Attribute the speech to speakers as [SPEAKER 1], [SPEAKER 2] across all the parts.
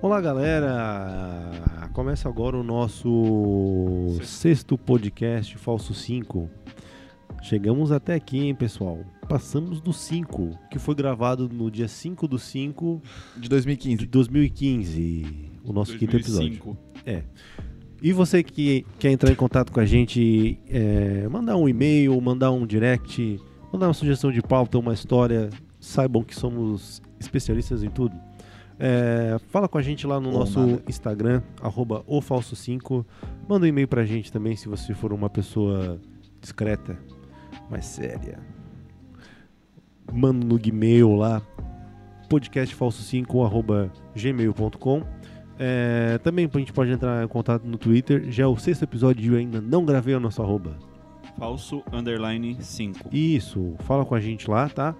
[SPEAKER 1] Olá, galera! Começa agora o nosso sexto podcast Falso 5. Chegamos até aqui, hein, pessoal? Passamos do 5, que foi gravado no dia 5 do 5
[SPEAKER 2] De
[SPEAKER 1] de
[SPEAKER 2] 2015.
[SPEAKER 1] 2015, o nosso quinto episódio.
[SPEAKER 3] 2005.
[SPEAKER 1] E você que quer entrar em contato com a gente, é, mandar um e-mail, mandar um direct, mandar uma sugestão de pauta, uma história, saibam que somos especialistas em tudo. É, fala com a gente lá no
[SPEAKER 2] Ou
[SPEAKER 1] nosso
[SPEAKER 2] nada.
[SPEAKER 1] Instagram, arroba o falso5. Manda um e-mail pra gente também se você for uma pessoa discreta, mais séria. Manda no Gmail lá, podcastfalso5, arroba gmail.com. É, também a gente pode entrar em contato no Twitter. Já é o sexto episódio e eu ainda não gravei o nosso arroba.
[SPEAKER 3] Falso underline 5.
[SPEAKER 1] Isso, fala com a gente lá, tá?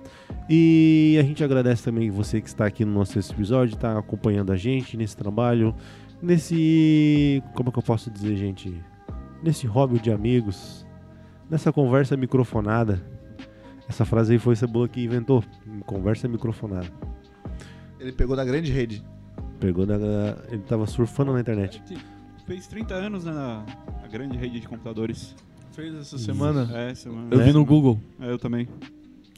[SPEAKER 1] E a gente agradece também você que está aqui no nosso sexto episódio, tá acompanhando a gente nesse trabalho, nesse. Como é que eu posso dizer, gente? Nesse hobby de amigos, nessa conversa microfonada. Essa frase aí foi o Cebola que inventou. Conversa microfonada.
[SPEAKER 2] Ele pegou da grande rede.
[SPEAKER 1] Pegou da. Ele tava surfando na internet.
[SPEAKER 3] Fez 30 anos né, na na grande rede de computadores.
[SPEAKER 4] Fez essa semana? né?
[SPEAKER 3] É, semana.
[SPEAKER 4] Ah. Eu
[SPEAKER 3] É,
[SPEAKER 4] vi no Google.
[SPEAKER 3] É, eu também.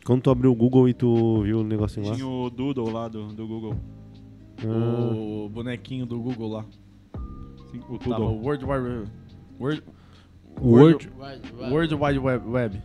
[SPEAKER 1] Quando tu abriu o Google e tu viu o negocinho lá.
[SPEAKER 3] Tinha o Doodle lá do, do Google.
[SPEAKER 1] Ah.
[SPEAKER 4] O bonequinho do Google lá.
[SPEAKER 3] Sim, o
[SPEAKER 4] Tava
[SPEAKER 3] Doodle.
[SPEAKER 4] World Wide World,
[SPEAKER 1] World-
[SPEAKER 4] World, World Wide Web. Web.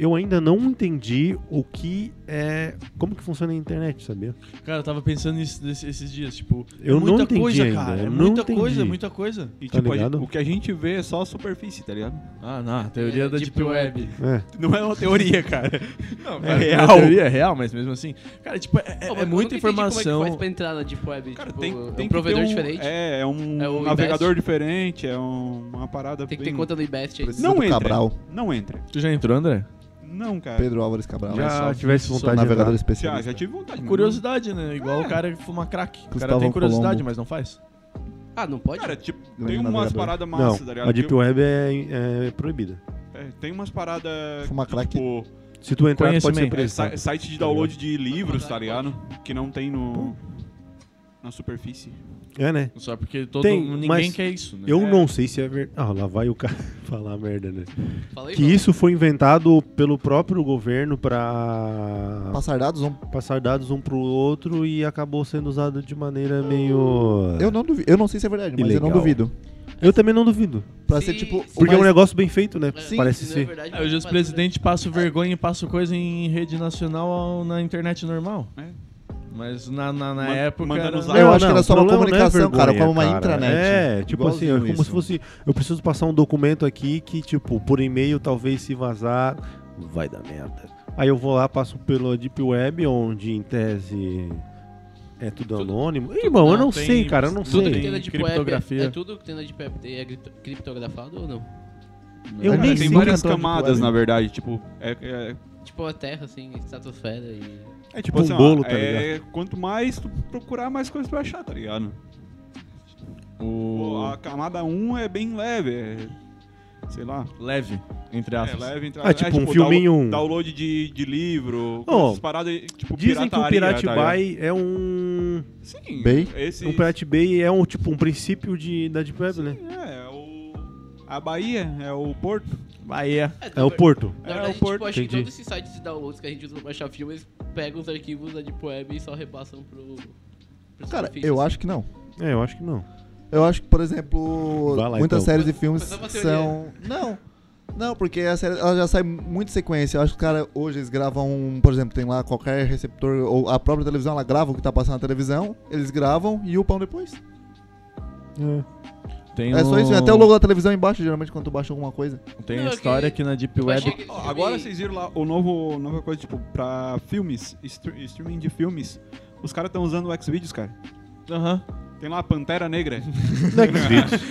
[SPEAKER 1] Eu ainda não entendi o que é. Como que funciona a internet, sabia?
[SPEAKER 4] Cara, eu tava pensando nisso nesse- esses dias, tipo, é
[SPEAKER 1] Eu não
[SPEAKER 4] muita
[SPEAKER 1] entendi
[SPEAKER 4] coisa,
[SPEAKER 1] ainda,
[SPEAKER 4] cara.
[SPEAKER 1] eu
[SPEAKER 4] é
[SPEAKER 1] não
[SPEAKER 4] muita
[SPEAKER 1] entendi.
[SPEAKER 4] coisa, é muita coisa.
[SPEAKER 3] E
[SPEAKER 1] Tá
[SPEAKER 3] tipo, a
[SPEAKER 1] ligado?
[SPEAKER 3] gente- o que a gente vê é só a superfície, tá ligado?
[SPEAKER 4] Ah, não, a teoria
[SPEAKER 5] É,
[SPEAKER 4] da
[SPEAKER 5] Deep
[SPEAKER 4] Deep Web.
[SPEAKER 1] É.
[SPEAKER 3] Não é uma teoria, cara.
[SPEAKER 4] Não,
[SPEAKER 3] É
[SPEAKER 4] cara,
[SPEAKER 3] real.
[SPEAKER 4] A teoria é real, mas mesmo assim. Cara, tipo, é, é-
[SPEAKER 5] Pô,
[SPEAKER 4] é
[SPEAKER 5] mas
[SPEAKER 4] muita
[SPEAKER 5] eu nunca entendi
[SPEAKER 4] informação.
[SPEAKER 5] Como é que faz pra entrar na Deep Web?
[SPEAKER 3] Cara,
[SPEAKER 5] tipo,
[SPEAKER 3] tem,
[SPEAKER 5] é
[SPEAKER 3] tem
[SPEAKER 5] um
[SPEAKER 3] que ter
[SPEAKER 5] provedor
[SPEAKER 3] um-
[SPEAKER 5] diferente?
[SPEAKER 3] É, é um
[SPEAKER 5] É o
[SPEAKER 3] navegador diferente, é um- uma parada
[SPEAKER 5] Tem que ter
[SPEAKER 3] bem...
[SPEAKER 5] conta no IBEST aí.
[SPEAKER 2] Precisa
[SPEAKER 3] Não
[SPEAKER 2] do
[SPEAKER 3] entra.
[SPEAKER 2] Cabral.
[SPEAKER 3] Não entra.
[SPEAKER 4] Tu já entrou, André?
[SPEAKER 3] Não, cara. ah,
[SPEAKER 2] Pedro Álvares Cabral. É
[SPEAKER 1] Já tá
[SPEAKER 4] só
[SPEAKER 1] tivesse
[SPEAKER 4] sou
[SPEAKER 2] Sou
[SPEAKER 1] vontade de
[SPEAKER 2] navegador
[SPEAKER 1] entrar.
[SPEAKER 2] especial.
[SPEAKER 3] Já, já tive vontade. mas
[SPEAKER 4] Curiosidade, né? Igual
[SPEAKER 3] Uhum. É.
[SPEAKER 4] o cara que fuma crack. O cara
[SPEAKER 2] Cristóvão
[SPEAKER 4] tem curiosidade,
[SPEAKER 2] Colombo.
[SPEAKER 4] mas não faz.
[SPEAKER 5] Ah, não
[SPEAKER 3] não.
[SPEAKER 5] pode?
[SPEAKER 3] Cara, tipo,
[SPEAKER 2] Grande
[SPEAKER 3] tem umas
[SPEAKER 2] navegador.
[SPEAKER 3] paradas
[SPEAKER 1] Não,
[SPEAKER 3] massas, tá ligado?
[SPEAKER 1] a Deep
[SPEAKER 3] Tem-
[SPEAKER 1] Web é, é proibida.
[SPEAKER 3] é, tem umas paradas...
[SPEAKER 2] Fumar crack.
[SPEAKER 3] Tipo,
[SPEAKER 1] Se tu entrar, tu pode ser
[SPEAKER 4] Conhecimento.
[SPEAKER 1] preso.
[SPEAKER 3] sa-
[SPEAKER 1] tá?
[SPEAKER 3] site de
[SPEAKER 1] Tá
[SPEAKER 3] download de livros,
[SPEAKER 5] Pode
[SPEAKER 3] tá
[SPEAKER 5] mandar,
[SPEAKER 3] ligado? Que não tem no... Na superfície.
[SPEAKER 1] É, né?
[SPEAKER 4] Só porque todo
[SPEAKER 1] Tem,
[SPEAKER 4] ninguém
[SPEAKER 1] mas
[SPEAKER 4] quer isso, né?
[SPEAKER 1] Eu
[SPEAKER 3] É.
[SPEAKER 1] não sei se é verdade. Ah, lá vai o cara falar merda, né?
[SPEAKER 5] Fala aí,
[SPEAKER 1] Que
[SPEAKER 5] mano.
[SPEAKER 1] isso foi inventado pelo próprio governo pra
[SPEAKER 2] Passar dados, vamos.
[SPEAKER 1] passar dados um pro outro e acabou sendo usado de maneira meio.
[SPEAKER 2] Eu não duvido. Eu não sei se é verdade, mas eu não
[SPEAKER 1] Ilegal.
[SPEAKER 2] duvido.
[SPEAKER 1] Eu também não duvido.
[SPEAKER 2] Pra
[SPEAKER 5] Sim,
[SPEAKER 2] ser tipo.
[SPEAKER 5] sim.
[SPEAKER 2] o
[SPEAKER 1] Porque é um
[SPEAKER 2] mais-
[SPEAKER 1] negócio bem feito, né?
[SPEAKER 5] É,
[SPEAKER 1] Parece
[SPEAKER 5] isso não é
[SPEAKER 1] ser.
[SPEAKER 5] verdade,
[SPEAKER 4] É, hoje os
[SPEAKER 5] mas-
[SPEAKER 4] presidentes passam vergonha e passam coisa em rede nacional ao- na internet normal.
[SPEAKER 3] É.
[SPEAKER 4] Mas na, na, na
[SPEAKER 3] Man-
[SPEAKER 4] época.
[SPEAKER 3] manda
[SPEAKER 4] Era...
[SPEAKER 3] nos
[SPEAKER 2] Eu acho que era
[SPEAKER 1] o
[SPEAKER 2] só uma
[SPEAKER 1] problema não é
[SPEAKER 2] comunicação, cara,
[SPEAKER 1] vergonha,
[SPEAKER 2] como uma intranet.
[SPEAKER 1] É, tipo assim,
[SPEAKER 2] Igualzinho
[SPEAKER 1] é como
[SPEAKER 2] isso.
[SPEAKER 1] se fosse. Eu preciso passar um documento aqui que, tipo, por e-mail talvez se vazar, vai dar merda. Aí eu vou lá, passo pela Deep Web, onde em tese é tudo anônimo. Irmão, eu
[SPEAKER 4] não,
[SPEAKER 1] não
[SPEAKER 4] tem-
[SPEAKER 1] sei, cara, eu não
[SPEAKER 4] tudo
[SPEAKER 5] Tudo que
[SPEAKER 1] sei.
[SPEAKER 5] tem na
[SPEAKER 4] Tem
[SPEAKER 5] Deep Web,
[SPEAKER 4] criptografia.
[SPEAKER 5] é- é tudo que tem na Deep Web é cripto- criptografado ou não?
[SPEAKER 1] Eu
[SPEAKER 3] Cara,
[SPEAKER 1] nem sei
[SPEAKER 3] tem várias
[SPEAKER 1] quanto é o Deep
[SPEAKER 3] camadas,
[SPEAKER 1] Web.
[SPEAKER 3] na verdade. Tipo, é, é,
[SPEAKER 5] Tipo a Terra, assim, estratosfera e...
[SPEAKER 3] é
[SPEAKER 1] Tipo um
[SPEAKER 3] ó,
[SPEAKER 1] bolo, tá
[SPEAKER 3] é, Quanto mais tu procurar, mais coisas tu vai achar, tá ligado? Pô,
[SPEAKER 4] O...
[SPEAKER 3] a camada 1 é bem leve, é, sei lá.
[SPEAKER 4] Leve, entre
[SPEAKER 3] É
[SPEAKER 4] aspas.
[SPEAKER 3] leve, entra...
[SPEAKER 1] Ah, tipo um filminho-
[SPEAKER 3] download- Download de, de livro,
[SPEAKER 1] Oh,
[SPEAKER 3] essas paradas, tipo,
[SPEAKER 1] Dizem que o
[SPEAKER 3] pirataria,
[SPEAKER 1] Pirate
[SPEAKER 3] tá ligado?
[SPEAKER 1] Bay é um.
[SPEAKER 3] Sim,
[SPEAKER 2] Bay?
[SPEAKER 3] esse...
[SPEAKER 1] O Pirate Bay é um, tipo, um princípio de, da Deep Web, né?
[SPEAKER 3] É, é o... A Bahia é o Porto.
[SPEAKER 4] Bahia.
[SPEAKER 1] É o Porto.
[SPEAKER 5] Na
[SPEAKER 3] É,
[SPEAKER 5] verdade,
[SPEAKER 3] o
[SPEAKER 5] tipo,
[SPEAKER 3] Porto,
[SPEAKER 5] acho que
[SPEAKER 1] entendi.
[SPEAKER 5] todos esses sites de downloads que a gente usa pra baixar filme, eles pegam os arquivos da Deep Web e só repassam pro... pro
[SPEAKER 2] Cara,
[SPEAKER 5] superfície,
[SPEAKER 2] eu
[SPEAKER 5] assim.
[SPEAKER 2] acho que não.
[SPEAKER 1] É, eu acho que não.
[SPEAKER 2] Eu acho que, por exemplo,
[SPEAKER 1] Vai lá,
[SPEAKER 2] muitas
[SPEAKER 1] então.
[SPEAKER 2] séries e filmes
[SPEAKER 5] Mas é uma teoria.
[SPEAKER 2] são. Não. Não, porque a série ela já sai muito em sequência. Eu acho que os caras hoje eles gravam, um- por exemplo, tem lá qualquer receptor, ou a própria televisão, ela grava o que tá passando na televisão, eles gravam e upam depois.
[SPEAKER 4] Tem
[SPEAKER 2] É só isso,
[SPEAKER 4] um-
[SPEAKER 2] até o logo da televisão embaixo, geralmente quando tu baixa alguma coisa.
[SPEAKER 4] Tem
[SPEAKER 5] Não,
[SPEAKER 4] uma
[SPEAKER 5] é que-
[SPEAKER 4] história aqui na Deep
[SPEAKER 5] Eu achei
[SPEAKER 4] Web.
[SPEAKER 5] que eles
[SPEAKER 3] Ó, agora
[SPEAKER 5] filmem-
[SPEAKER 3] vocês viram lá o novo, nova coisa, tipo, pra filmes, stre- streaming de filmes, os caras estão usando o Xvideos, cara.
[SPEAKER 4] Aham.
[SPEAKER 3] Tem lá a Pantera Negra.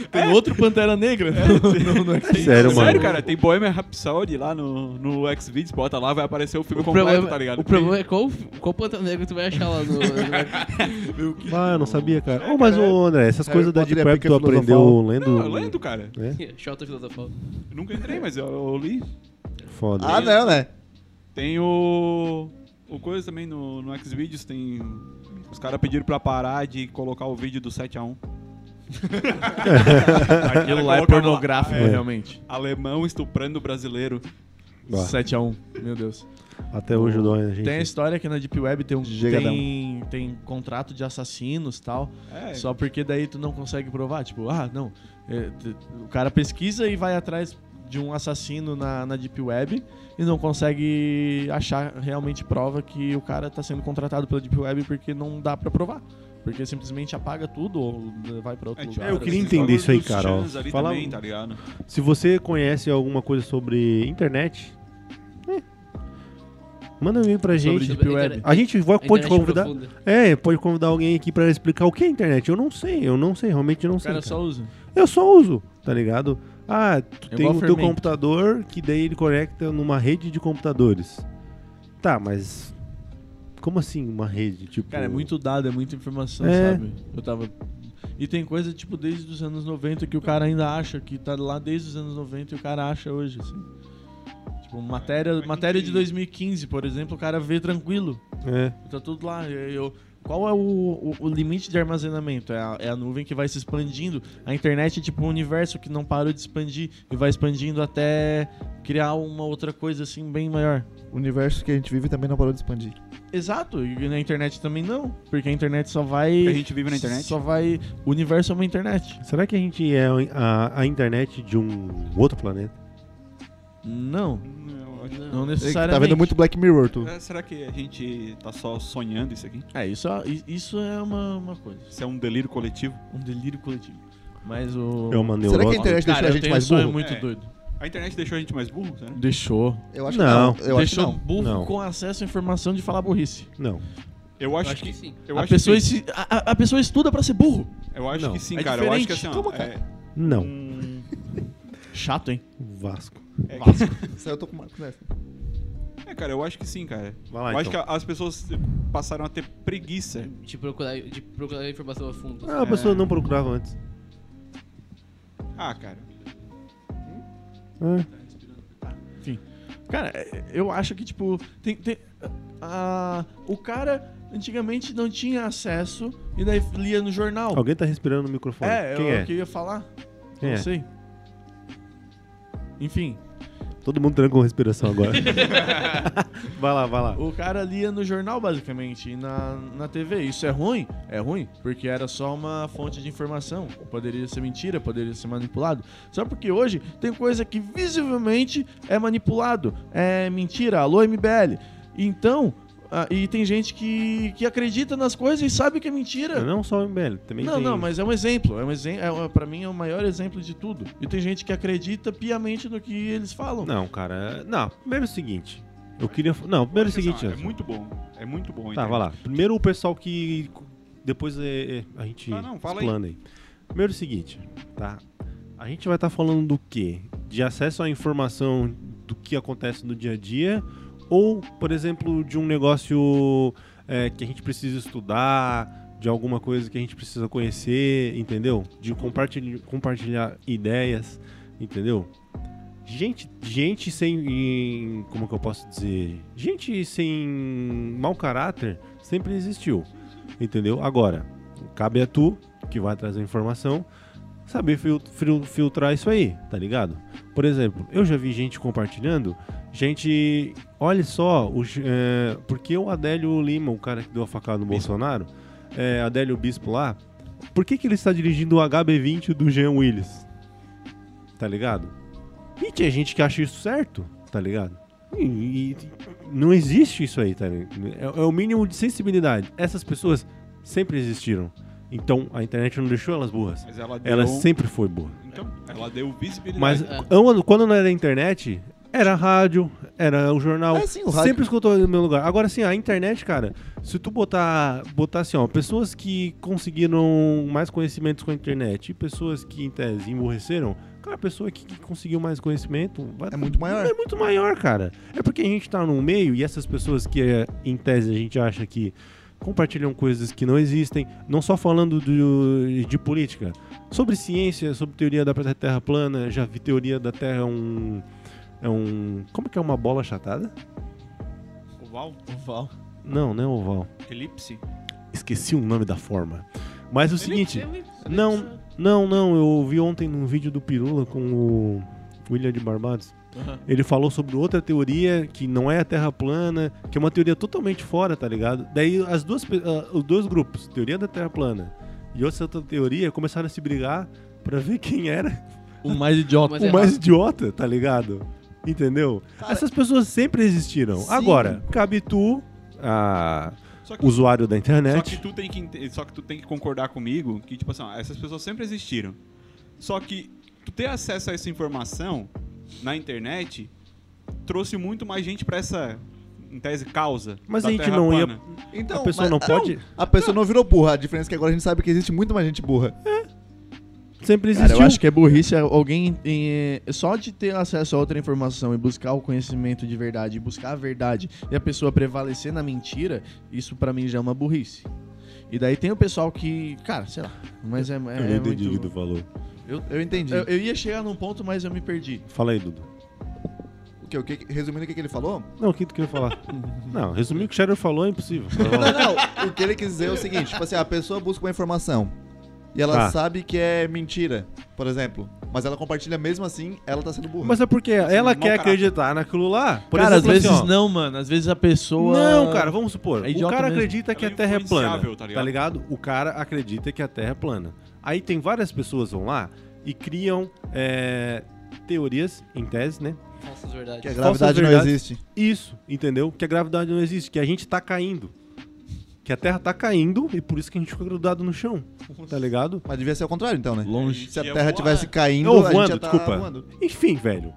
[SPEAKER 4] Tem outro Pantera Negra. no,
[SPEAKER 2] É
[SPEAKER 4] no, no...
[SPEAKER 1] Sério, mano.
[SPEAKER 3] Sério, cara, tem Bohemian Rhapsody lá no, no Xvideos, bota lá, vai aparecer o filme
[SPEAKER 5] O
[SPEAKER 3] completo,
[SPEAKER 5] problema-
[SPEAKER 3] tá ligado?
[SPEAKER 5] O problema é qual, qual Pantera Negra tu vai achar lá no.
[SPEAKER 1] Ah, eu não sabia, cara. Oh, mas, ô, André, essas
[SPEAKER 2] Harry
[SPEAKER 1] coisas da
[SPEAKER 2] Potter
[SPEAKER 1] Deep
[SPEAKER 2] é
[SPEAKER 1] Web
[SPEAKER 2] pica
[SPEAKER 1] tu
[SPEAKER 2] filosofal.
[SPEAKER 1] aprendeu
[SPEAKER 5] é
[SPEAKER 1] lendo.
[SPEAKER 3] Não, eu lendo, cara.
[SPEAKER 5] no... Shota filosofal.
[SPEAKER 3] Eu nunca entrei, mas eu, eu li.
[SPEAKER 1] Foda.
[SPEAKER 2] Ah, não, né?
[SPEAKER 3] Tem o. O coisa também no, no Xvideos, tem. Os caras pediram pra parar de colocar o vídeo do 7x1.
[SPEAKER 4] Aquilo lá é pornográfico,
[SPEAKER 1] É.
[SPEAKER 4] realmente.
[SPEAKER 3] Alemão estuprando brasileiro.
[SPEAKER 1] Bah.
[SPEAKER 4] 7x1, meu Deus.
[SPEAKER 1] Até hoje o dói, né, gente?
[SPEAKER 4] Tem a história que na Deep Web tem um
[SPEAKER 2] Gigadão.
[SPEAKER 4] tem, tem contrato de assassinos e tal.
[SPEAKER 3] É,
[SPEAKER 4] Só porque daí tu não consegue provar. Tipo, ah, não. é, t- o cara pesquisa e vai atrás de um assassino na, na Deep Web e não consegue achar realmente prova que o cara tá sendo contratado pela Deep Web porque não dá pra provar. Porque simplesmente apaga tudo ou vai pra outro
[SPEAKER 3] é, tipo,
[SPEAKER 4] lugar. assim.
[SPEAKER 1] eu queria
[SPEAKER 3] esses
[SPEAKER 1] entender
[SPEAKER 3] bagulho
[SPEAKER 1] isso aí,
[SPEAKER 3] dos
[SPEAKER 1] cara, ó.
[SPEAKER 3] chans ali
[SPEAKER 1] Fala- um
[SPEAKER 3] também, tá ligado?
[SPEAKER 1] Se você conhece alguma coisa sobre internet, é, manda um e-mail pra
[SPEAKER 4] Sobre
[SPEAKER 1] gente.
[SPEAKER 4] Deep
[SPEAKER 5] a
[SPEAKER 4] Web.
[SPEAKER 5] internet-
[SPEAKER 1] A gente vai-
[SPEAKER 5] a
[SPEAKER 1] pode
[SPEAKER 5] internet
[SPEAKER 1] convidar.
[SPEAKER 5] profunda.
[SPEAKER 1] É, pode convidar alguém aqui pra explicar o que é internet. Eu não sei, eu não sei, realmente eu não
[SPEAKER 4] O
[SPEAKER 1] sei.
[SPEAKER 4] cara
[SPEAKER 1] cara.
[SPEAKER 4] só usa.
[SPEAKER 1] Eu só uso, tá ligado? Ah, tu
[SPEAKER 4] É
[SPEAKER 1] tem
[SPEAKER 4] igual
[SPEAKER 1] o teu
[SPEAKER 4] fermento.
[SPEAKER 1] computador que daí ele conecta numa rede de computadores. Tá, mas como assim uma rede? Tipo,
[SPEAKER 4] Cara, é muito dado, é muita informação,
[SPEAKER 1] É.
[SPEAKER 4] sabe? Eu tava. E tem coisa, tipo, desde os anos 90 que o cara ainda acha, que tá lá desde os anos 90 e o cara acha hoje, assim. Tipo, matéria,
[SPEAKER 3] a
[SPEAKER 4] matéria
[SPEAKER 3] gente-
[SPEAKER 4] de 2015, por exemplo, o cara vê tranquilo.
[SPEAKER 1] É.
[SPEAKER 4] Tá tudo lá. Eu, eu- qual é o, o, o limite de armazenamento? É a, é a nuvem que vai se expandindo. A internet é tipo um universo que não parou de expandir e vai expandindo até criar uma outra coisa, assim, bem maior.
[SPEAKER 2] O universo que a gente vive também não parou de expandir.
[SPEAKER 4] Exato, e na internet também não, porque a internet só vai.
[SPEAKER 3] Porque a gente vive na internet.
[SPEAKER 4] Só vai. O universo é uma internet.
[SPEAKER 1] Será que a gente é a, a internet de um outro planeta?
[SPEAKER 4] Não,
[SPEAKER 3] Não, eu acho-
[SPEAKER 5] Não.
[SPEAKER 4] não
[SPEAKER 2] É que
[SPEAKER 4] necessariamente.
[SPEAKER 2] Tá vendo muito Black Mirror, tu.
[SPEAKER 3] É, será que a gente tá só sonhando isso aqui?
[SPEAKER 4] É, isso, é- isso é uma, uma coisa.
[SPEAKER 3] Isso é um delírio coletivo?
[SPEAKER 4] Um delírio coletivo. Mas o.
[SPEAKER 1] É uma neurose?
[SPEAKER 2] Será que a internet
[SPEAKER 4] Cara,
[SPEAKER 2] deixou a
[SPEAKER 4] eu
[SPEAKER 2] gente
[SPEAKER 4] tenho um
[SPEAKER 2] mais
[SPEAKER 4] sonho
[SPEAKER 2] burro?
[SPEAKER 4] muito
[SPEAKER 3] É.
[SPEAKER 4] doido.
[SPEAKER 3] A internet deixou a gente mais burro, será?
[SPEAKER 4] Deixou.
[SPEAKER 2] Eu acho
[SPEAKER 1] Não.
[SPEAKER 2] que não. Eu acho que
[SPEAKER 4] Deixou
[SPEAKER 2] não.
[SPEAKER 4] burro
[SPEAKER 1] Não.
[SPEAKER 4] com acesso à informação de falar burrice.
[SPEAKER 1] Não.
[SPEAKER 3] Eu
[SPEAKER 5] Eu
[SPEAKER 3] acho,
[SPEAKER 5] acho
[SPEAKER 3] que,
[SPEAKER 5] que sim.
[SPEAKER 3] eu
[SPEAKER 4] a,
[SPEAKER 3] acho
[SPEAKER 4] pessoa
[SPEAKER 3] que sim.
[SPEAKER 4] se- a, a- a pessoa estuda pra ser burro.
[SPEAKER 3] Eu acho
[SPEAKER 1] Não.
[SPEAKER 3] que sim,
[SPEAKER 4] É
[SPEAKER 3] cara. Eu acho que assim,
[SPEAKER 4] diferente.
[SPEAKER 3] ó,
[SPEAKER 4] Como,
[SPEAKER 3] é-
[SPEAKER 1] Não.
[SPEAKER 3] Hum,
[SPEAKER 4] Chato, hein?
[SPEAKER 1] Vasco.
[SPEAKER 3] é,
[SPEAKER 2] Isso aí eu tô com o Marcos Neff.
[SPEAKER 3] é, cara, eu acho que sim, cara.
[SPEAKER 1] Vai lá,
[SPEAKER 3] eu acho que
[SPEAKER 1] então.
[SPEAKER 3] as pessoas passaram a ter preguiça.
[SPEAKER 5] De procurar, de procurar a informação a fundo.
[SPEAKER 1] Ah, a
[SPEAKER 4] É.
[SPEAKER 1] pessoa não procurava antes. É.
[SPEAKER 3] Ah, cara.
[SPEAKER 1] Ah,
[SPEAKER 4] Cara, é- eu acho que, tipo, tem. tem- a- o cara antigamente não tinha acesso e daí lia no jornal.
[SPEAKER 1] alguém tá respirando no microfone.
[SPEAKER 4] É,
[SPEAKER 1] Quem
[SPEAKER 4] eu,
[SPEAKER 1] é?
[SPEAKER 4] que eu ia falar.
[SPEAKER 1] Quem
[SPEAKER 4] não
[SPEAKER 1] é?
[SPEAKER 4] sei. Enfim,
[SPEAKER 1] Todo mundo trancou a respiração agora. vai lá, vai lá.
[SPEAKER 4] o cara lia no jornal, basicamente, e na, na TV. Isso é ruim? É ruim, porque era só uma fonte de informação. Poderia ser mentira, poderia ser manipulado. Só porque hoje tem coisa que visivelmente é manipulado. É mentira, alô MBL. Então, ah, e tem gente que, que acredita nas coisas e sabe que é mentira.
[SPEAKER 1] Não só o MBL, também
[SPEAKER 4] Não,
[SPEAKER 1] tem...
[SPEAKER 4] não, mas é um exemplo. É um exemplo. É, um- pra mim é o maior exemplo de tudo. E tem gente que acredita piamente no que eles falam.
[SPEAKER 1] Não, cara. Não, primeiro é o seguinte. Eu queria. Não, primeiro é o
[SPEAKER 3] Acho que
[SPEAKER 1] seguinte,
[SPEAKER 3] assim, ó,
[SPEAKER 1] Anderson.
[SPEAKER 3] É muito bom. É muito bom. a
[SPEAKER 1] Tá,
[SPEAKER 3] internet.
[SPEAKER 1] vai lá. Primeiro o pessoal que. Depois é, é, a gente
[SPEAKER 3] Tá, não, fala aí.
[SPEAKER 1] explana aí. Primeiro é o seguinte, tá? A gente vai estar falando do quê? De acesso à informação do que acontece no dia a dia? Ou, por exemplo, de um negócio é, que a gente precisa estudar, de alguma coisa que a gente precisa conhecer, entendeu? De compartilhar, compartilhar ideias, entendeu? Gente, gente sem. em- Como que eu posso dizer? Gente sem mau caráter sempre existiu. Entendeu? Agora, cabe a tu, que vai trazer a informação, saber fil- fil- filtrar isso aí, tá ligado? Por exemplo, eu já vi gente compartilhando, gente. Olha só, o, j- é, porque o Adélio Lima, o cara que deu a facada no Bolsonaro, é, Adélio Bispo lá, por que, que ele está dirigindo o HB20 do Jean Willis? Tá ligado? E tinha gente que acha isso certo, tá ligado? E, e- e não existe isso aí, tá ligado? É, é o mínimo de sensibilidade. Essas pessoas sempre existiram. Então a internet não deixou elas burras.
[SPEAKER 3] Mas ela deu.
[SPEAKER 1] Ela sempre foi burra.
[SPEAKER 3] Então, ela deu visibilidade.
[SPEAKER 1] Mas
[SPEAKER 5] É.
[SPEAKER 1] eu- quando não era internet, era rádio, era o jornal.
[SPEAKER 2] É, sim, o rádio.
[SPEAKER 1] Sempre escutou no meu lugar. Agora sim, a internet, cara, se tu botar, botar assim, ó, pessoas que conseguiram mais conhecimentos com a internet e pessoas que, em tese, emburreceram, cara, a pessoa que, que conseguiu mais conhecimento vai-
[SPEAKER 2] É muito maior.
[SPEAKER 1] É muito maior, cara. É porque a gente tá no meio e essas pessoas que, é, em tese, a gente acha que compartilham coisas que não existem, não só falando do- de política, sobre ciência, sobre teoria da Terra plana, já vi teoria da Terra é um é um como que é uma bola achatada?
[SPEAKER 3] Oval,
[SPEAKER 4] Oval.
[SPEAKER 1] Não, não é oval.
[SPEAKER 3] elipse.
[SPEAKER 1] Esqueci o nome da forma. Mas é o seguinte.
[SPEAKER 5] Eu nem- eu nem-
[SPEAKER 1] Não, não, não. Eu ouvi ontem num vídeo do Pirula com o William de Barbados.
[SPEAKER 4] Aham.
[SPEAKER 1] Ele falou sobre outra teoria que não é a Terra plana, que é uma teoria totalmente fora, tá ligado? Daí as duas, pe- ah, os dois grupos, teoria da Terra plana e essa outra teoria, começaram a se brigar pra ver quem era
[SPEAKER 4] O mais idiota.
[SPEAKER 5] Mas
[SPEAKER 1] o
[SPEAKER 5] é
[SPEAKER 1] mais
[SPEAKER 5] errado.
[SPEAKER 1] idiota, tá ligado? Entendeu? Essas pessoas sempre existiram.
[SPEAKER 2] Sim.
[SPEAKER 1] Agora, cabe tu, a
[SPEAKER 3] Só que,
[SPEAKER 1] usuário da
[SPEAKER 3] só
[SPEAKER 1] internet.
[SPEAKER 3] que tu tem que ente- só que tu tem que concordar comigo que tipo assim, ó, essas pessoas sempre existiram. Só que tu ter acesso a essa informação na internet trouxe muito mais gente pra essa em tese causa.
[SPEAKER 1] Mas
[SPEAKER 3] da
[SPEAKER 1] a gente
[SPEAKER 3] Terra
[SPEAKER 1] não ia.
[SPEAKER 3] plana.
[SPEAKER 2] Então,
[SPEAKER 1] A pessoa
[SPEAKER 2] mas-
[SPEAKER 1] não pode.
[SPEAKER 2] A pessoa não virou burra. A diferença é que agora a gente sabe que existe muito mais gente burra.
[SPEAKER 1] Sempre
[SPEAKER 4] Cara,
[SPEAKER 1] existiu.
[SPEAKER 4] eu acho que é burrice alguém eh, só de ter acesso a outra informação e buscar o conhecimento de verdade, e buscar a verdade e a pessoa prevalecer na mentira, isso pra mim já é uma burrice. E daí tem o pessoal que, cara, sei lá, mas é, é,
[SPEAKER 1] Eu não
[SPEAKER 4] é
[SPEAKER 1] entendi o que
[SPEAKER 4] muito.
[SPEAKER 1] tu falou.
[SPEAKER 4] Eu,
[SPEAKER 2] Eu entendi.
[SPEAKER 4] eu, eu ia chegar num ponto, mas eu me perdi.
[SPEAKER 1] Fala aí, Dudu.
[SPEAKER 2] O que, o que, resumindo o que, que ele falou?
[SPEAKER 1] Não, o que tu queria falar? não, resumir o que o Shadow falou é impossível.
[SPEAKER 2] Não, não. o que ele quis dizer é o seguinte: tipo assim, a pessoa busca uma informação e ela
[SPEAKER 1] Tá.
[SPEAKER 2] sabe que é mentira, por exemplo. Mas ela compartilha mesmo assim, ela tá sendo burra.
[SPEAKER 1] Mas é porque ela
[SPEAKER 3] mau
[SPEAKER 1] quer
[SPEAKER 3] caráter.
[SPEAKER 1] acreditar naquilo lá. Por
[SPEAKER 4] cara,
[SPEAKER 1] exemplo,
[SPEAKER 4] às vezes
[SPEAKER 1] assim, ó,
[SPEAKER 4] não, mano. Às vezes a pessoa.
[SPEAKER 1] Não, cara, vamos supor.
[SPEAKER 4] É
[SPEAKER 1] o
[SPEAKER 4] idiota
[SPEAKER 1] cara
[SPEAKER 4] mesmo.
[SPEAKER 1] acredita que
[SPEAKER 3] Ela
[SPEAKER 1] a
[SPEAKER 3] é
[SPEAKER 1] Terra é plana.
[SPEAKER 3] influenciável,
[SPEAKER 1] Tá
[SPEAKER 3] tá
[SPEAKER 1] ligado?
[SPEAKER 3] ligado?
[SPEAKER 1] O cara acredita que a Terra é plana. Aí tem várias pessoas vão lá e criam é, teorias, em tese, né?
[SPEAKER 5] Falsas verdades.
[SPEAKER 2] que a gravidade
[SPEAKER 1] falsas
[SPEAKER 2] não
[SPEAKER 1] verdades.
[SPEAKER 2] existe.
[SPEAKER 1] Isso, entendeu? Que a gravidade não existe, que a gente tá caindo. Que a Terra tá caindo e por isso que a gente ficou grudado no chão. Tá ligado?
[SPEAKER 2] Mas devia ser ao contrário, então, né?
[SPEAKER 4] Longe.
[SPEAKER 2] Se a
[SPEAKER 3] Ia
[SPEAKER 2] Terra
[SPEAKER 3] voar.
[SPEAKER 2] tivesse caindo,
[SPEAKER 1] Ou
[SPEAKER 2] a gente
[SPEAKER 1] voando,
[SPEAKER 2] ia tá
[SPEAKER 1] desculpa.
[SPEAKER 2] voando.
[SPEAKER 1] Enfim, velho.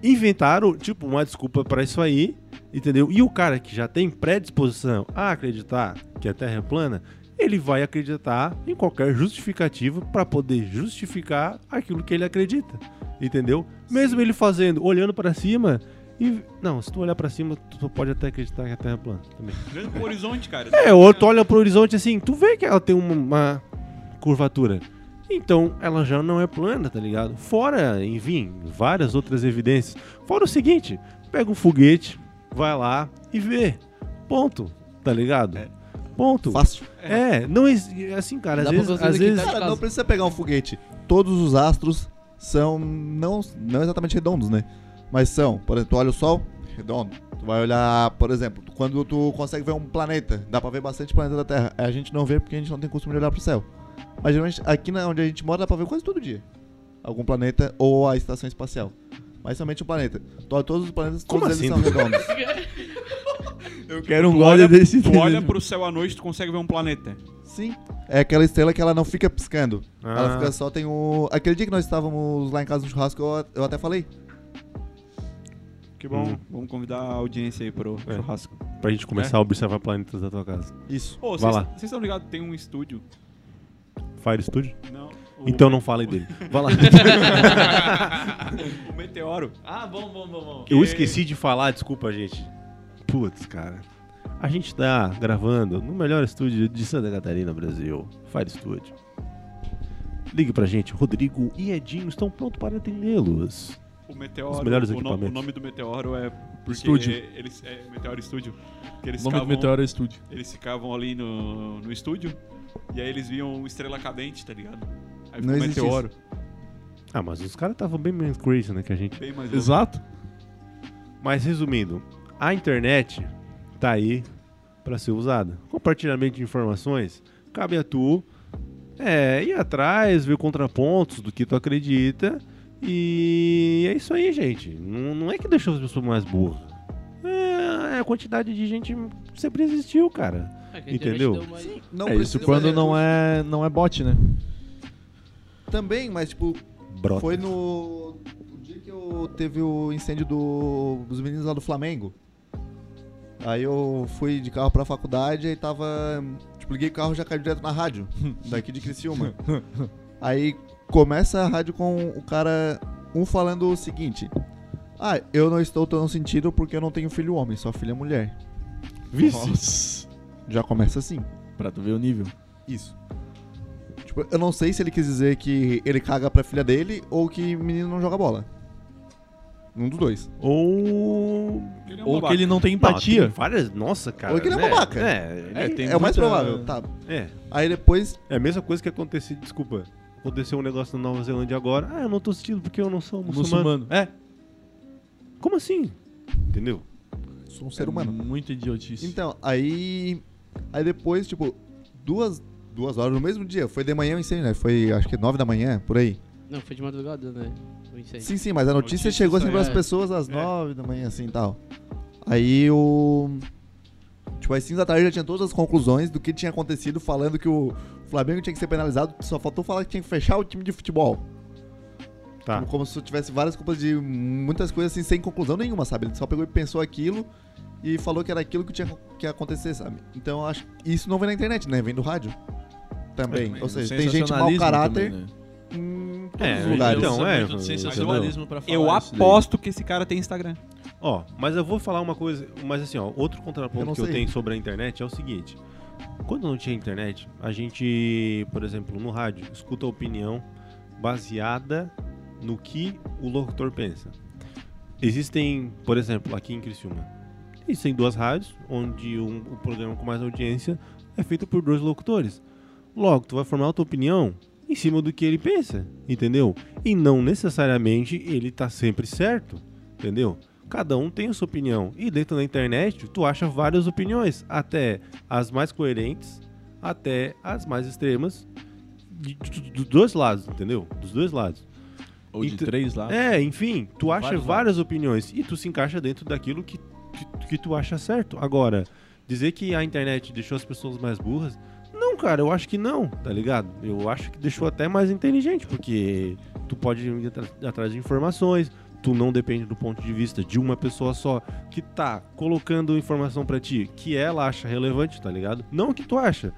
[SPEAKER 1] Inventaram, tipo, uma desculpa pra isso aí, entendeu? E o cara que já tem predisposição a acreditar que a Terra é plana, ele vai acreditar em qualquer justificativo pra poder justificar aquilo que ele acredita, entendeu? Mesmo ele fazendo, olhando pra cima e não, se tu olhar pra cima, tu pode até acreditar que a Terra é plana também.
[SPEAKER 3] Olhando pro horizonte, cara.
[SPEAKER 1] É, ou tu olha pro horizonte assim, tu vê que ela tem uma, uma curvatura. Então, ela já não é plana, tá ligado? Fora, enfim, várias outras evidências. Fora o seguinte, pega um foguete, vai lá e vê. Ponto, tá ligado?
[SPEAKER 5] É.
[SPEAKER 1] Ponto.
[SPEAKER 2] Fácil.
[SPEAKER 1] É, não ex- assim, cara, às
[SPEAKER 5] Dá pra
[SPEAKER 1] vezes,
[SPEAKER 5] fazer
[SPEAKER 1] às
[SPEAKER 5] daqui,
[SPEAKER 1] vezes
[SPEAKER 5] tá?
[SPEAKER 2] Cara,
[SPEAKER 5] caso.
[SPEAKER 2] não precisa pegar um foguete. Todos os astros são não, não exatamente redondos, né? Mas são, por exemplo, tu olha o Sol, redondo. Tu vai olhar, por exemplo, quando tu consegue ver um planeta, dá pra ver bastante planeta da Terra. A gente não vê porque a gente não tem costume de olhar pro céu. Mas geralmente aqui na- onde a gente mora dá pra ver quase todo dia. Algum planeta ou a estação espacial. Mas somente um planeta. Tu olha Todos os planetas,
[SPEAKER 1] Como
[SPEAKER 2] todos eles
[SPEAKER 1] assim?
[SPEAKER 2] são redondos.
[SPEAKER 4] Eu quero um
[SPEAKER 3] Tu olha,
[SPEAKER 4] gole desse
[SPEAKER 3] tu olha pro céu à noite, tu consegue ver um planeta.
[SPEAKER 2] Sim. É aquela estrela que ela não fica piscando.
[SPEAKER 1] Ah.
[SPEAKER 2] Ela fica só tem o. Aquele dia que nós estávamos lá em casa no churrasco, eu, eu até falei.
[SPEAKER 3] Que bom.
[SPEAKER 1] Hum.
[SPEAKER 3] Vamos convidar a audiência aí pro
[SPEAKER 1] É.
[SPEAKER 3] churrasco.
[SPEAKER 1] pra gente começar a
[SPEAKER 5] É.
[SPEAKER 1] observar planetas da tua casa.
[SPEAKER 2] Isso.
[SPEAKER 3] Ô,
[SPEAKER 1] Vai
[SPEAKER 3] vocês
[SPEAKER 1] lá.
[SPEAKER 3] vocês estão ligados? Tem um estúdio.
[SPEAKER 1] Fire Studio?
[SPEAKER 3] Não. o-
[SPEAKER 1] Então não falei dele. Vai lá.
[SPEAKER 3] O Meteoro.
[SPEAKER 4] Ah, bom, bom, bom, bom.
[SPEAKER 1] Eu esqueci de falar, desculpa, gente. Putz, cara. A gente tá gravando no melhor estúdio de Santa Catarina, Brasil. Fire Studio. Ligue pra gente. Rodrigo e Edinho estão prontos para atendê-los.
[SPEAKER 3] O Meteoro.
[SPEAKER 1] Os melhores
[SPEAKER 3] o, no-
[SPEAKER 1] equipamentos.
[SPEAKER 3] o nome do Meteoro é. Porque
[SPEAKER 4] Estúdio.
[SPEAKER 3] Eles, é Meteoro Estúdio. Que eles,
[SPEAKER 4] O nome do
[SPEAKER 3] ficavam,
[SPEAKER 4] meteoro é estúdio.
[SPEAKER 3] eles ficavam ali no, no estúdio. E aí eles viam estrela cadente, tá ligado? Aí
[SPEAKER 2] Não
[SPEAKER 3] ficou
[SPEAKER 2] existe
[SPEAKER 3] Meteoro.
[SPEAKER 1] Ah, mas os caras estavam bem menos crazy, né, que a gente.
[SPEAKER 3] Bem mais louco.
[SPEAKER 4] Exato.
[SPEAKER 1] Mas resumindo, a internet tá aí pra ser usada. Compartilhamento de informações cabe a tu é, ir atrás, ver contrapontos do que tu acredita. E é isso aí, gente. Não, não é que deixou as pessoas mais burras. É, é a quantidade de gente que sempre existiu, cara.
[SPEAKER 5] Ah,
[SPEAKER 1] Entendeu?
[SPEAKER 2] Não
[SPEAKER 4] é isso
[SPEAKER 2] precisa-
[SPEAKER 4] quando não é, não é bot, né?
[SPEAKER 2] Também, mas tipo,
[SPEAKER 1] Brota.
[SPEAKER 2] foi no. O dia que eu teve o incêndio do- dos meninos lá do Flamengo. Aí eu fui de carro pra faculdade e tava. Tipo, liguei o carro e já caiu direto na rádio. daqui de Criciúma. Aí começa a rádio com o cara. Um falando o seguinte. Ah, eu não estou tão sentido porque eu não tenho filho homem, só filha é mulher.
[SPEAKER 1] Vice.
[SPEAKER 4] Nossa.
[SPEAKER 2] Já começa assim.
[SPEAKER 4] Pra tu ver o nível.
[SPEAKER 2] Isso. Tipo, eu não sei se ele quis dizer que ele caga pra filha dele ou que menino não joga bola. Um dos dois.
[SPEAKER 1] Ou.
[SPEAKER 3] Ele é um
[SPEAKER 4] Ou
[SPEAKER 3] babaca.
[SPEAKER 4] que ele não tem empatia.
[SPEAKER 1] Não, tem um várias. Nossa, cara.
[SPEAKER 2] Ou que ele é
[SPEAKER 1] né?
[SPEAKER 2] babaca.
[SPEAKER 1] É, ele-
[SPEAKER 3] É, tem
[SPEAKER 2] é o mais
[SPEAKER 3] muita-
[SPEAKER 2] provável, tá.
[SPEAKER 1] é.
[SPEAKER 2] Aí depois,
[SPEAKER 1] É a mesma coisa que aconteceu, desculpa. Aconteceu um negócio na Nova Zelândia agora. Ah, eu não tô assistindo porque eu não sou muçulmano.
[SPEAKER 4] muçulmano. É.
[SPEAKER 1] Como assim? Entendeu?
[SPEAKER 2] sou um ser
[SPEAKER 4] É
[SPEAKER 2] humano.
[SPEAKER 4] Muito idiotice.
[SPEAKER 2] Então, aí. Aí depois, tipo, duas, duas horas no mesmo dia. Foi de manhã o incêndio, né? Foi acho que nove da manhã, por aí.
[SPEAKER 5] Não, foi de madrugada, né? Não sei.
[SPEAKER 2] Sim, sim, mas a notícia,
[SPEAKER 3] Notícia
[SPEAKER 2] chegou assim
[SPEAKER 3] saiu,
[SPEAKER 2] para as
[SPEAKER 5] é.
[SPEAKER 2] pessoas às nove da manhã, assim e tal. Aí o. Tipo, às 5 da tarde já tinha todas as conclusões do que tinha acontecido, falando que o Flamengo tinha que ser penalizado, só faltou falar que tinha que fechar o time de futebol.
[SPEAKER 1] Tá.
[SPEAKER 2] Tipo, Como se tivesse várias culpas de muitas coisas assim, sem conclusão nenhuma, sabe? Ele só pegou e pensou aquilo e falou que era aquilo que tinha que ia acontecer, sabe? Então eu acho que isso não vem na internet, né? Vem do rádio. Também. Ou seja, tem gente mau
[SPEAKER 4] É, Sensacionalismo
[SPEAKER 2] caráter
[SPEAKER 4] também, né?
[SPEAKER 2] em todos
[SPEAKER 1] É,
[SPEAKER 2] os lugares.
[SPEAKER 1] então,
[SPEAKER 4] Usa
[SPEAKER 1] é,
[SPEAKER 4] muito de sensacionalismo pra falar
[SPEAKER 3] Eu
[SPEAKER 4] isso daí.
[SPEAKER 3] aposto que esse cara tem Instagram.
[SPEAKER 1] Ó, mas eu vou falar uma coisa, mas assim, ó, outro contraponto
[SPEAKER 2] Eu não
[SPEAKER 1] que eu
[SPEAKER 2] sei.
[SPEAKER 1] tenho sobre a internet é o seguinte. Quando não tinha internet, a gente, por exemplo, no rádio, escuta a opinião baseada no que o locutor pensa. Existem, por exemplo, aqui em Criciúma, existem duas rádios, onde um, o programa com mais audiência é feito por dois locutores. Logo, tu vai formar a tua opinião em cima do que ele pensa, entendeu? E não necessariamente ele tá sempre certo, entendeu? Cada um tem a sua opinião. E dentro da internet, tu acha várias opiniões, até as mais coerentes, até as mais extremas, de- de- de- dos dois lados, entendeu? Dos dois lados.
[SPEAKER 4] Ou de
[SPEAKER 1] Então-
[SPEAKER 4] três lá.
[SPEAKER 1] É, enfim, tu acha
[SPEAKER 4] vários
[SPEAKER 1] várias opiniões e tu se encaixa dentro daquilo que, que, que tu acha certo. Agora, dizer que a internet deixou as pessoas mais burras, não, cara, eu acho que não, tá ligado? Eu acho que deixou até mais inteligente, porque tu pode ir atra- atrás de informações, tu não depende do ponto de vista de uma pessoa só que tá colocando informação pra ti que ela acha relevante, tá ligado? Não o que tu acha.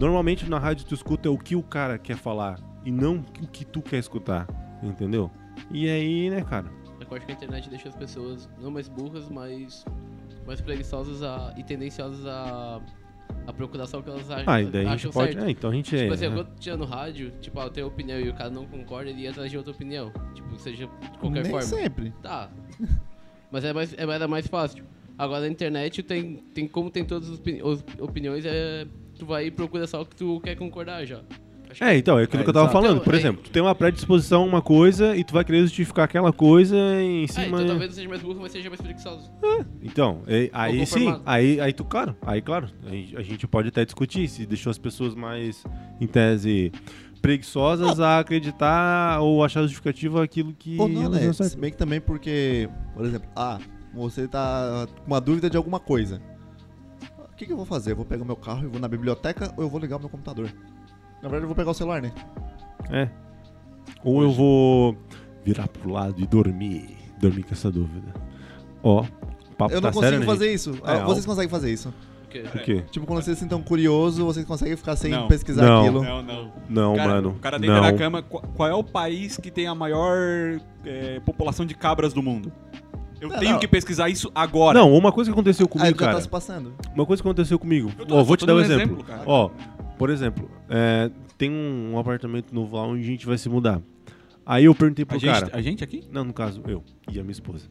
[SPEAKER 1] Normalmente na rádio tu escuta o que o cara quer falar e não o que tu quer escutar, entendeu? E aí, né, cara?
[SPEAKER 5] Eu acho que a internet deixa as pessoas não mais burras, mas mais preguiçosas a- e tendenciosas a, a procurar só o que elas acham,
[SPEAKER 1] Ah, e daí a gente
[SPEAKER 5] acham
[SPEAKER 1] pode.
[SPEAKER 5] certo.
[SPEAKER 1] É, então a gente é.
[SPEAKER 5] Tipo assim,
[SPEAKER 1] né?
[SPEAKER 5] quando tinha no rádio, tipo, ah, eu tenho opinião e o cara não concorda, ele ia atrás de outra opinião. Tipo, seja de qualquer
[SPEAKER 2] Nem
[SPEAKER 5] forma.
[SPEAKER 2] sempre.
[SPEAKER 5] Tá. Mas é mais, é- era mais fácil. Agora na internet tem, tem como tem todas as opini- os- opiniões, é, tu vai e procura só o que tu quer concordar já. Acho que-
[SPEAKER 1] É, então, é aquilo
[SPEAKER 4] É,
[SPEAKER 1] que eu tava
[SPEAKER 4] exato.
[SPEAKER 1] falando.
[SPEAKER 5] Então,
[SPEAKER 1] Por
[SPEAKER 5] é-
[SPEAKER 1] exemplo, tu tem uma predisposição a uma coisa e tu vai querer justificar aquela coisa em
[SPEAKER 5] É,
[SPEAKER 1] cima.
[SPEAKER 5] então talvez não seja mais burro, mas seja mais preguiçoso.
[SPEAKER 1] Então, é- aí sim,
[SPEAKER 5] conformado.
[SPEAKER 1] aí, aí tu, claro, aí claro, aí a gente pode até discutir se deixou as pessoas mais, em tese, preguiçosas a acreditar ou achar justificativa aquilo que
[SPEAKER 2] Ou não,
[SPEAKER 1] elas
[SPEAKER 2] né?
[SPEAKER 1] não sabem.
[SPEAKER 2] Se bem que também porque, por exemplo, ah, você tá com uma dúvida de alguma coisa. O que, que eu vou fazer? Eu vou pegar meu carro e vou na biblioteca ou eu vou ligar o meu computador? Na verdade, eu vou pegar o celular, né?
[SPEAKER 1] É. Ou eu vou virar pro lado e dormir. Dormir com essa dúvida. Ó, o papo
[SPEAKER 2] eu
[SPEAKER 1] tá
[SPEAKER 2] não
[SPEAKER 1] sério,
[SPEAKER 2] consigo
[SPEAKER 1] né,
[SPEAKER 2] fazer isso.
[SPEAKER 1] É,
[SPEAKER 2] Ah, vocês conseguem fazer isso.
[SPEAKER 5] Porque...
[SPEAKER 1] gente? Por quê?
[SPEAKER 2] Tipo, quando vocês se sintam curioso, vocês conseguem ficar sem
[SPEAKER 3] Não.
[SPEAKER 2] pesquisar
[SPEAKER 1] Não.
[SPEAKER 2] aquilo.
[SPEAKER 3] Não, não.
[SPEAKER 1] Não,
[SPEAKER 3] Cara,
[SPEAKER 1] mano.
[SPEAKER 3] O cara deita
[SPEAKER 1] não.
[SPEAKER 3] na cama. qu- Qual é o país que tem a maior eh, população de cabras do mundo? Eu
[SPEAKER 2] Não,
[SPEAKER 3] tenho
[SPEAKER 2] não.
[SPEAKER 3] que pesquisar isso agora.
[SPEAKER 1] Não, uma coisa que aconteceu
[SPEAKER 2] Aí o
[SPEAKER 1] comigo,
[SPEAKER 2] cara
[SPEAKER 1] cara.
[SPEAKER 2] tá se passando.
[SPEAKER 1] Uma coisa que aconteceu comigo.
[SPEAKER 3] Eu tô-
[SPEAKER 1] Ó,
[SPEAKER 3] eu
[SPEAKER 1] vou
[SPEAKER 3] tô
[SPEAKER 1] te dar um
[SPEAKER 3] dando um
[SPEAKER 1] exemplo.
[SPEAKER 3] exemplo, cara.
[SPEAKER 1] Ó, por exemplo, é, tem um apartamento novo lá onde a gente vai se mudar. Aí eu perguntei pro
[SPEAKER 3] A
[SPEAKER 1] cara.
[SPEAKER 3] gente, a gente aqui?
[SPEAKER 1] Não, no caso, eu e a minha esposa.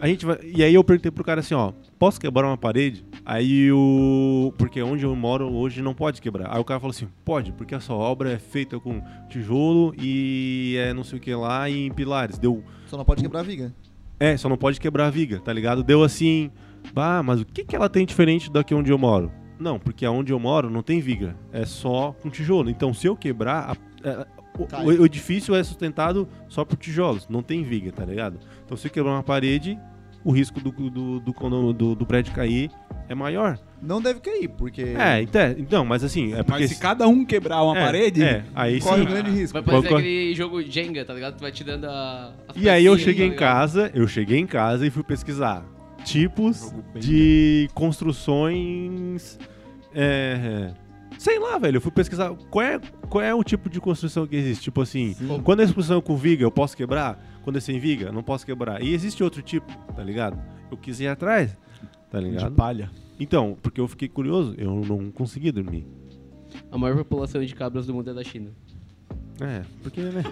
[SPEAKER 1] A gente vai- E aí eu perguntei pro cara assim, ó, posso quebrar uma parede? Aí o. Porque onde eu moro hoje não pode quebrar. Aí o cara falou assim, pode, porque essa obra é feita com tijolo e é não sei o que lá e em pilares. Deu.
[SPEAKER 2] Só não pode quebrar a viga.
[SPEAKER 1] É, só não pode quebrar a viga, tá ligado? Deu assim. Bah, mas o que, que ela tem diferente daqui onde eu moro? Não, porque aonde eu moro não tem viga. É só com tijolo. Então, se eu quebrar, a- a- o-
[SPEAKER 2] Cai.
[SPEAKER 1] o, o edifício é sustentado só por tijolos. Não tem viga, tá ligado? Então, se eu quebrar uma parede, o risco do, do, do, condom- do- do prédio cair é maior.
[SPEAKER 2] Não deve cair, porque
[SPEAKER 1] É, então, então mas assim. É porque
[SPEAKER 3] Mas se cada um quebrar uma
[SPEAKER 1] é,
[SPEAKER 3] parede,
[SPEAKER 1] É, aí
[SPEAKER 2] corre
[SPEAKER 1] sim.
[SPEAKER 2] um grande risco.
[SPEAKER 5] Vai parecer
[SPEAKER 1] Concordo.
[SPEAKER 5] aquele jogo Jenga, tá ligado? Tu vai tirando a. as
[SPEAKER 1] E aí eu
[SPEAKER 5] pecinhas,
[SPEAKER 1] cheguei
[SPEAKER 5] tá
[SPEAKER 1] em
[SPEAKER 5] ligado?
[SPEAKER 1] casa, eu cheguei em casa e fui pesquisar tipos
[SPEAKER 3] Jogo bem
[SPEAKER 1] de construções. é, sei lá, velho. Eu fui pesquisar qual é, qual é o tipo de construção que existe. Tipo assim, quando é construção com viga, eu posso quebrar. Quando é sem viga, não posso quebrar. E existe outro tipo, tá ligado? Eu quis ir atrás, tá
[SPEAKER 4] De
[SPEAKER 1] ligado?
[SPEAKER 4] palha.
[SPEAKER 1] Então, porque eu fiquei curioso, eu não consegui dormir.
[SPEAKER 5] A maior população de cabras do mundo é da China.
[SPEAKER 1] É, porque, né?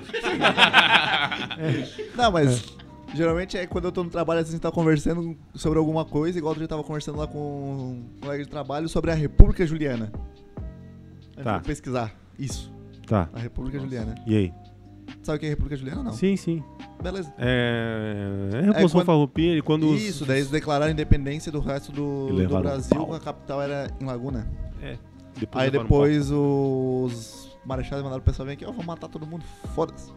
[SPEAKER 2] Não, mas Geralmente é quando eu tô no trabalho, às vezes a gente tá conversando sobre alguma coisa, igual a gente tava conversando lá com um colega de trabalho sobre a República Juliana. A gente
[SPEAKER 1] Tá.
[SPEAKER 2] foi pesquisar. Isso,
[SPEAKER 1] Tá.
[SPEAKER 2] a República Juliana.
[SPEAKER 1] E aí?
[SPEAKER 2] Sabe o que é República Juliana? Não.
[SPEAKER 1] Sim, sim.
[SPEAKER 2] Beleza.
[SPEAKER 1] É. É a Revolução
[SPEAKER 2] É quando-
[SPEAKER 1] Farroupilha, quando. os-
[SPEAKER 2] Isso, daí eles declararam a independência do resto do,
[SPEAKER 1] E
[SPEAKER 2] do
[SPEAKER 1] levaram um
[SPEAKER 2] Brasil,
[SPEAKER 1] pau.
[SPEAKER 2] a capital era em Laguna.
[SPEAKER 1] Depois
[SPEAKER 2] Aí
[SPEAKER 1] levaram um
[SPEAKER 2] depois os marechais mandaram o pessoal vir aqui, ó, vamos matar todo mundo, foda-se.
[SPEAKER 1] pau.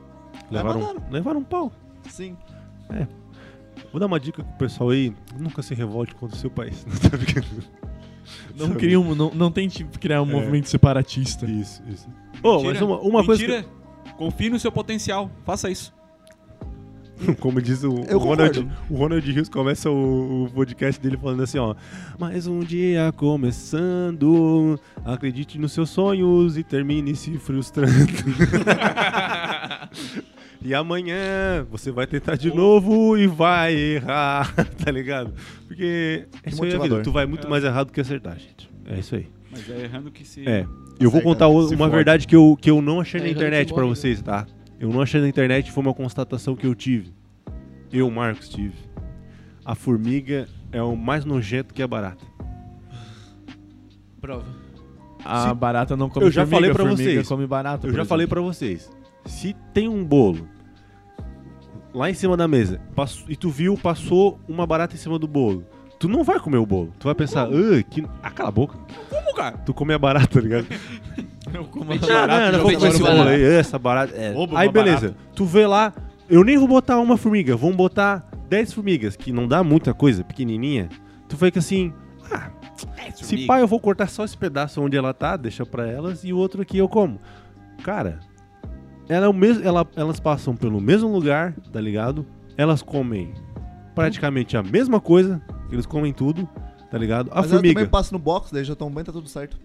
[SPEAKER 1] Levaram,
[SPEAKER 2] mandaram.
[SPEAKER 1] levaram um pau.
[SPEAKER 2] Sim.
[SPEAKER 1] Vou dar uma dica pro pessoal aí: nunca se revolte contra o seu país. Não tá brincando?
[SPEAKER 4] Não, cria um, não, não tente criar um
[SPEAKER 1] É.
[SPEAKER 4] movimento separatista.
[SPEAKER 1] Isso, isso. um- Ô, mas uma, uma coisa.
[SPEAKER 3] mentira, Confie no seu potencial, faça isso.
[SPEAKER 1] que- como diz o, o
[SPEAKER 2] Eu
[SPEAKER 1] Ronald,
[SPEAKER 2] concordo.
[SPEAKER 1] o Ronald Rios, começa o, o podcast dele falando assim: ó. Mais um dia começando. Acredite nos seus sonhos e termine se frustrando. E amanhã você vai tentar de novo e vai errar, tá ligado? Porque é isso aí a vida.
[SPEAKER 2] Motivador.
[SPEAKER 1] Tu vai muito mais errado que acertar, gente. É isso aí.
[SPEAKER 3] Mas é errando que se.
[SPEAKER 1] É. Eu vou
[SPEAKER 2] Sai,
[SPEAKER 1] contar
[SPEAKER 2] cara,
[SPEAKER 1] o-
[SPEAKER 2] se
[SPEAKER 1] uma
[SPEAKER 2] fode.
[SPEAKER 1] verdade que eu, que eu não achei
[SPEAKER 5] É,
[SPEAKER 1] na
[SPEAKER 5] errando
[SPEAKER 1] internet
[SPEAKER 5] que
[SPEAKER 1] pra
[SPEAKER 5] morre, né?
[SPEAKER 1] vocês, tá? Eu não achei na internet, foi uma constatação que eu tive. Eu, Marcos, tive. A formiga é o mais nojento que a barata.
[SPEAKER 5] Prova.
[SPEAKER 4] A
[SPEAKER 1] Se-
[SPEAKER 4] barata não come
[SPEAKER 1] Eu já
[SPEAKER 4] formiga,
[SPEAKER 1] falei pra
[SPEAKER 4] formiga
[SPEAKER 1] vocês.
[SPEAKER 4] come barata.
[SPEAKER 1] Eu
[SPEAKER 4] por
[SPEAKER 1] já
[SPEAKER 4] exemplo.
[SPEAKER 1] falei pra vocês. Se tem um bolo lá em cima da mesa pass- e tu viu, passou uma barata em cima do bolo, tu não vai comer o bolo. Tu vai pensar, ah, que... ah cala a boca.
[SPEAKER 3] Como, cara?
[SPEAKER 1] Tu come a barata, tá ligado?
[SPEAKER 4] Eu como a
[SPEAKER 5] Não,
[SPEAKER 1] Ah,
[SPEAKER 4] barata,
[SPEAKER 1] não, não,
[SPEAKER 4] eu
[SPEAKER 1] vou
[SPEAKER 5] já
[SPEAKER 1] comer
[SPEAKER 5] foi
[SPEAKER 1] esse
[SPEAKER 5] uma
[SPEAKER 1] bolo
[SPEAKER 5] barata.
[SPEAKER 1] aí, essa barata. é.
[SPEAKER 4] Rouba
[SPEAKER 1] Aí
[SPEAKER 4] uma
[SPEAKER 1] beleza, tu vê lá, eu nem vou botar uma formiga, vamos botar 10 formigas, que não dá muita coisa, pequenininha. Tu fica assim, ah, se pá eu vou cortar só esse pedaço onde ela tá, deixa pra elas, e o outro aqui eu como. Cara, ela é o mesmo, ela- elas passam pelo mesmo lugar, tá ligado? Elas comem praticamente a mesma coisa, eles comem tudo, tá ligado? A
[SPEAKER 2] Mas eu
[SPEAKER 1] formiga.
[SPEAKER 2] também passo no box, daí já estão bem, tá tudo certo.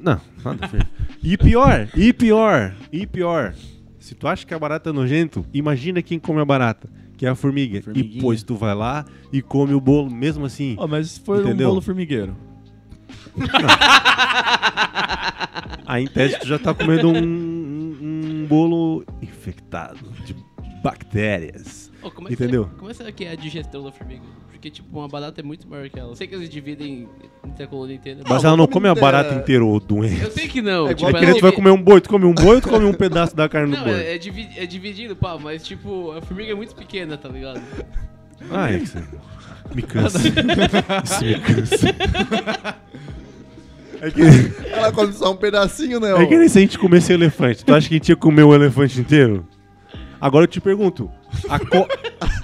[SPEAKER 1] Não, nada a ver. E pior, e pior, e pior. Se tu acha que a barata é nojento, imagina quem come a barata, que é a formiga. E
[SPEAKER 4] Formiguinha.
[SPEAKER 1] depois tu vai lá e come o bolo mesmo assim.
[SPEAKER 4] Ó, mas foi
[SPEAKER 1] Entendeu?
[SPEAKER 4] um bolo formigueiro.
[SPEAKER 1] Aí em tese tu já tá comendo um, um- um bolo infectado de bactérias.
[SPEAKER 5] Ô, como
[SPEAKER 1] Entendeu?
[SPEAKER 5] Será, como é será que é a digestão da formiga? Porque, tipo, uma barata é muito maior que ela. Eu sei que eles dividem entre a coluna inteira.
[SPEAKER 1] Mas
[SPEAKER 2] Ah,
[SPEAKER 1] ela não
[SPEAKER 2] vou
[SPEAKER 1] come a
[SPEAKER 2] comer,
[SPEAKER 1] barata
[SPEAKER 2] é,
[SPEAKER 1] inteira, ô doente.
[SPEAKER 5] Eu sei que não.
[SPEAKER 2] É
[SPEAKER 1] É
[SPEAKER 5] tipo,
[SPEAKER 1] que nem
[SPEAKER 5] ela
[SPEAKER 1] tu vai
[SPEAKER 5] divi-
[SPEAKER 1] comer um boi, tu come um boi, tu come um pedaço da carne do
[SPEAKER 5] Não,
[SPEAKER 1] boi.
[SPEAKER 5] é, é divi- é dividido, pá, mas tipo, a formiga é muito pequena, tá ligado?
[SPEAKER 1] Ah, isso me cansa. Isso me cansa. É que...
[SPEAKER 2] Ela come só um pedacinho, né?
[SPEAKER 1] É
[SPEAKER 2] ô?
[SPEAKER 1] que nem se a gente comesse elefante. Tu acha que a gente ia comer um elefante inteiro? Agora eu te pergunto. A, co-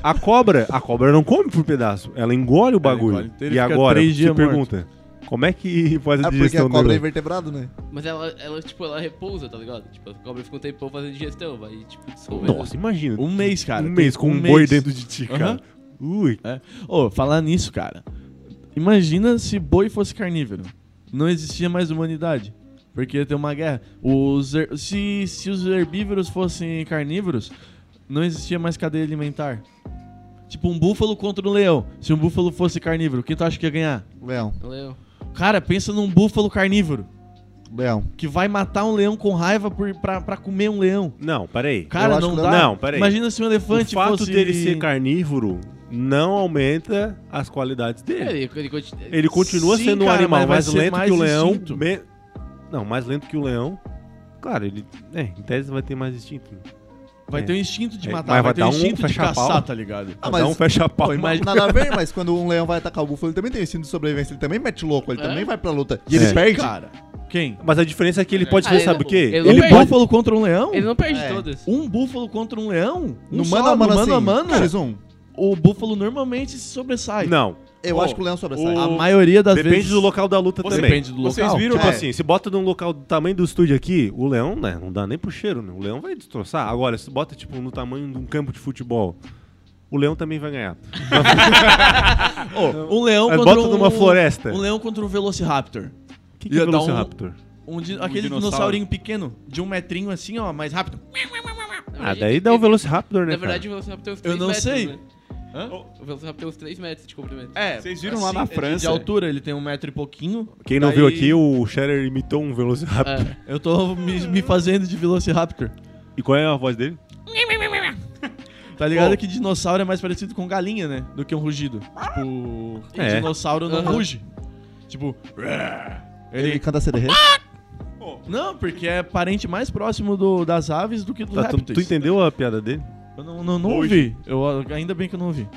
[SPEAKER 1] a cobra, a cobra não come por pedaço. Ela engole o bagulho.
[SPEAKER 4] engole inteiro
[SPEAKER 1] e
[SPEAKER 4] e fica
[SPEAKER 1] agora,
[SPEAKER 4] três
[SPEAKER 1] te
[SPEAKER 4] dias morto.
[SPEAKER 1] pergunta. Como é que faz a
[SPEAKER 2] É porque
[SPEAKER 1] digestão
[SPEAKER 2] a cobra é
[SPEAKER 1] dele?
[SPEAKER 2] invertebrado, né?
[SPEAKER 5] Mas ela, ela, tipo, ela repousa, tá ligado? Tipo, a cobra fica um tempão fazendo digestão, vai, tipo, dissolvendo.
[SPEAKER 1] Nossa, imagina.
[SPEAKER 4] Um mês, cara.
[SPEAKER 1] um
[SPEAKER 4] tem
[SPEAKER 1] mês com um, boi
[SPEAKER 4] mês.
[SPEAKER 1] dentro de ti, cara. Ui.
[SPEAKER 4] É. Ô, falar nisso, cara. Imagina se boi fosse carnívoro. Não existia mais humanidade. Porque ia ter uma guerra. Os her- se, se os herbívoros fossem carnívoros, não existia mais cadeia alimentar. Tipo um búfalo contra um leão. Se um búfalo fosse carnívoro, quem tu acha que ia ganhar?
[SPEAKER 2] Leão,
[SPEAKER 5] Valeu.
[SPEAKER 4] Cara, pensa num búfalo carnívoro.
[SPEAKER 2] leão.
[SPEAKER 4] Que vai matar um leão com raiva por, pra, pra comer um leão.
[SPEAKER 1] Não, peraí.
[SPEAKER 4] Cara,
[SPEAKER 2] acho
[SPEAKER 4] não
[SPEAKER 2] que
[SPEAKER 4] dá.
[SPEAKER 2] não.
[SPEAKER 1] Não, peraí.
[SPEAKER 4] Imagina se um
[SPEAKER 1] O
[SPEAKER 4] elefante
[SPEAKER 1] fato
[SPEAKER 4] fosse...
[SPEAKER 1] dele ser carnívoro não aumenta as qualidades dele.
[SPEAKER 5] É, Ele, ele continua-
[SPEAKER 1] Ele continua
[SPEAKER 4] É, Sim,
[SPEAKER 1] sendo um
[SPEAKER 4] cara,
[SPEAKER 1] animal
[SPEAKER 4] mas vai
[SPEAKER 1] mais
[SPEAKER 4] ser
[SPEAKER 1] lento
[SPEAKER 4] mais
[SPEAKER 1] que o leão.
[SPEAKER 4] instinto.
[SPEAKER 1] me- Não, mais lento que o leão. Claro, ele. É, em tese vai ter mais instinto.
[SPEAKER 4] Vai
[SPEAKER 1] É.
[SPEAKER 4] ter o instinto de
[SPEAKER 1] É,
[SPEAKER 4] matar,
[SPEAKER 1] mas
[SPEAKER 4] vai,
[SPEAKER 1] vai
[SPEAKER 4] ter o
[SPEAKER 1] dar um
[SPEAKER 4] instinto de
[SPEAKER 1] fecha-pau.
[SPEAKER 4] caçar, tá ligado?
[SPEAKER 2] Ah,
[SPEAKER 1] Ah,
[SPEAKER 2] mas-
[SPEAKER 1] mas... um fecha pau.
[SPEAKER 4] Pô, imagina-
[SPEAKER 2] Nada a ver, mas quando um leão vai atacar o búfalo, ele também tem o instinto de sobrevivência, ele também mete louco, ele
[SPEAKER 5] É?
[SPEAKER 2] também vai pra luta. E
[SPEAKER 1] É.
[SPEAKER 2] ele
[SPEAKER 1] Sim,
[SPEAKER 2] perde.
[SPEAKER 4] Cara, quem?
[SPEAKER 1] Mas a diferença é que ele pode
[SPEAKER 5] Ah,
[SPEAKER 1] ser,
[SPEAKER 5] ele
[SPEAKER 1] sabe
[SPEAKER 5] não-
[SPEAKER 1] o quê?
[SPEAKER 5] ele não
[SPEAKER 1] Ele
[SPEAKER 4] um
[SPEAKER 5] perde.
[SPEAKER 1] pode.
[SPEAKER 4] búfalo contra um leão?
[SPEAKER 5] ele não perde
[SPEAKER 2] É.
[SPEAKER 5] todas.
[SPEAKER 4] Um búfalo contra um leão?
[SPEAKER 2] No
[SPEAKER 4] Um
[SPEAKER 2] mano
[SPEAKER 4] só,
[SPEAKER 2] a mano,
[SPEAKER 4] no
[SPEAKER 2] assim,
[SPEAKER 4] mano, a mano,
[SPEAKER 2] X1.
[SPEAKER 4] o búfalo normalmente se sobressai.
[SPEAKER 1] Não.
[SPEAKER 2] Eu
[SPEAKER 1] Ô,
[SPEAKER 2] acho que o leão assim. sobressai.
[SPEAKER 4] A maioria das
[SPEAKER 1] Depende
[SPEAKER 4] vezes...
[SPEAKER 1] do local da luta
[SPEAKER 4] Depende
[SPEAKER 1] também.
[SPEAKER 4] do local.
[SPEAKER 3] Vocês viram?
[SPEAKER 1] Tipo
[SPEAKER 2] É.
[SPEAKER 1] assim, se bota num local do tamanho do estúdio aqui, o leão, né? Não dá nem pro cheiro, né? O leão vai destroçar. Agora, se bota, tipo, no tamanho de um campo de futebol, o leão também vai ganhar.
[SPEAKER 4] Ô, um leão
[SPEAKER 1] Mas
[SPEAKER 4] contra
[SPEAKER 1] bota
[SPEAKER 4] um...
[SPEAKER 1] numa floresta.
[SPEAKER 4] Um leão contra um velociraptor.
[SPEAKER 1] O que, que
[SPEAKER 4] Ia
[SPEAKER 1] é
[SPEAKER 4] dar um-
[SPEAKER 1] Velociraptor?
[SPEAKER 4] Um di- aquele
[SPEAKER 3] dinossauro.
[SPEAKER 4] dinossaurinho pequeno, de um metrinho assim, ó, mais rápido.
[SPEAKER 5] Na
[SPEAKER 1] Ah,
[SPEAKER 5] verdade,
[SPEAKER 1] daí dá o
[SPEAKER 5] ele-
[SPEAKER 1] Velociraptor, né?
[SPEAKER 5] Na
[SPEAKER 1] cara?
[SPEAKER 5] verdade, o Velociraptor tem uns
[SPEAKER 4] Eu
[SPEAKER 5] 3
[SPEAKER 4] não
[SPEAKER 5] metros,
[SPEAKER 4] sei.
[SPEAKER 5] né? O Velociraptor tem uns 3 metros de comprimento.
[SPEAKER 4] É,
[SPEAKER 3] Vocês viram lá na
[SPEAKER 4] é de- De
[SPEAKER 3] França?
[SPEAKER 4] altura, ele tem um metro e pouquinho.
[SPEAKER 1] Quem não
[SPEAKER 4] Daí-
[SPEAKER 1] viu aqui, o Shatter imitou um Velociraptor.
[SPEAKER 5] É.
[SPEAKER 4] Eu tô me, me fazendo de Velociraptor.
[SPEAKER 1] E qual é a voz dele?
[SPEAKER 4] Tá ligado
[SPEAKER 3] Bom.
[SPEAKER 4] que dinossauro é mais parecido com galinha, né? Do que um rugido. Tipo,
[SPEAKER 1] É.
[SPEAKER 4] dinossauro não
[SPEAKER 5] Aham.
[SPEAKER 4] ruge. Tipo,
[SPEAKER 2] É. Ele,
[SPEAKER 4] ele.
[SPEAKER 2] canta CDR.
[SPEAKER 3] Pô,
[SPEAKER 4] Não, porque é parente mais próximo do- das aves do que dos
[SPEAKER 1] Tá, tu, tu
[SPEAKER 4] répteis.
[SPEAKER 1] entendeu a piada dele?
[SPEAKER 4] Eu não, não, não
[SPEAKER 3] Hoje.
[SPEAKER 4] ouvi. Eu, ainda bem que eu não ouvi.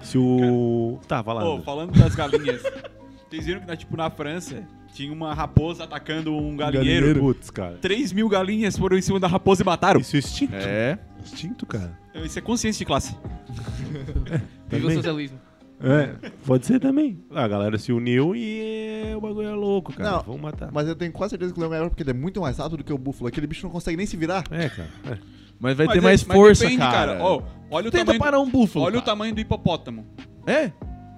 [SPEAKER 1] Se o. Tá, vai lá.
[SPEAKER 3] pô,
[SPEAKER 1] André.
[SPEAKER 3] falando das galinhas, vocês viram que, na- tipo, na França, tinha uma raposa atacando um galinheiro.
[SPEAKER 1] Putz, cara.
[SPEAKER 3] 3 mil galinhas foram em cima da raposa e mataram. Isso,
[SPEAKER 1] Isso é instinto.
[SPEAKER 4] É.
[SPEAKER 1] Instinto, cara.
[SPEAKER 3] é consciência de classe.
[SPEAKER 5] Viva o
[SPEAKER 1] Também.
[SPEAKER 5] socialismo.
[SPEAKER 1] É, pode ser também. A galera se uniu e o bagulho é louco, cara.
[SPEAKER 2] Não,
[SPEAKER 1] Vamos matar.
[SPEAKER 2] Mas eu tenho quase certeza que o leão é maior porque ele é muito mais rápido do que o búfalo. Aquele bicho não consegue nem se virar.
[SPEAKER 1] É, cara. é.
[SPEAKER 4] Mas vai
[SPEAKER 3] Mas
[SPEAKER 4] ter
[SPEAKER 3] é-
[SPEAKER 4] mais
[SPEAKER 3] mas
[SPEAKER 4] força,
[SPEAKER 3] depende,
[SPEAKER 4] cara.
[SPEAKER 3] Ó, olha o
[SPEAKER 4] Tenta
[SPEAKER 3] tamanho,
[SPEAKER 4] parar um búfalo.
[SPEAKER 3] olha o
[SPEAKER 4] cara.
[SPEAKER 3] tamanho do hipopótamo.
[SPEAKER 4] É?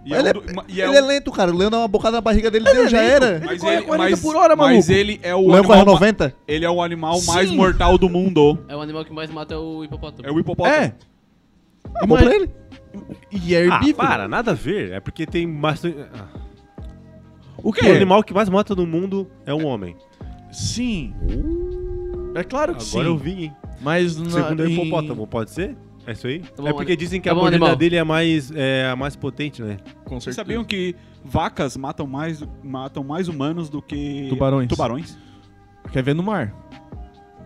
[SPEAKER 3] E
[SPEAKER 2] Mas
[SPEAKER 3] é um
[SPEAKER 2] ele
[SPEAKER 3] do- ma- e
[SPEAKER 2] ele
[SPEAKER 3] é um-
[SPEAKER 2] é lento, cara. O leão dá uma bocada na barriga dele deu, já era.
[SPEAKER 3] mas
[SPEAKER 4] corre
[SPEAKER 3] ele-
[SPEAKER 4] 40
[SPEAKER 3] mas-
[SPEAKER 4] por hora,
[SPEAKER 3] Mas
[SPEAKER 4] maluco.
[SPEAKER 3] ele é
[SPEAKER 2] O
[SPEAKER 3] o
[SPEAKER 2] leão corre
[SPEAKER 3] animal, ma-
[SPEAKER 2] 90.
[SPEAKER 3] ele é o animal mais
[SPEAKER 4] Sim.
[SPEAKER 3] mortal do mundo.
[SPEAKER 5] É o animal que mais mata o hipopótamo.
[SPEAKER 3] É o hipopótamo.
[SPEAKER 4] É.
[SPEAKER 2] Ah, bom pra ele.
[SPEAKER 4] E é
[SPEAKER 1] Ah,
[SPEAKER 4] herbívoro.
[SPEAKER 1] para, nada a ver. É porque tem bastante. Ah,
[SPEAKER 4] O que?
[SPEAKER 1] O animal que mais mata no mundo é o homem.
[SPEAKER 4] Sim. É claro que
[SPEAKER 1] Agora
[SPEAKER 4] sim.
[SPEAKER 1] eu vi, hein?
[SPEAKER 4] Mas na,
[SPEAKER 1] Segundo o
[SPEAKER 4] em-
[SPEAKER 1] hipopótamo, pode ser? É isso aí?
[SPEAKER 5] bom,
[SPEAKER 1] é porque
[SPEAKER 5] olha-
[SPEAKER 1] dizem que
[SPEAKER 5] tá
[SPEAKER 1] a
[SPEAKER 5] bom,
[SPEAKER 1] mordida
[SPEAKER 5] animal.
[SPEAKER 1] dele é a mais, é a mais potente, né?
[SPEAKER 4] Com
[SPEAKER 3] Vocês
[SPEAKER 4] certeza.
[SPEAKER 3] sabiam que vacas matam mais, matam mais humanos do que
[SPEAKER 4] Tubarões.
[SPEAKER 3] tubarões?
[SPEAKER 4] Quer ver no mar?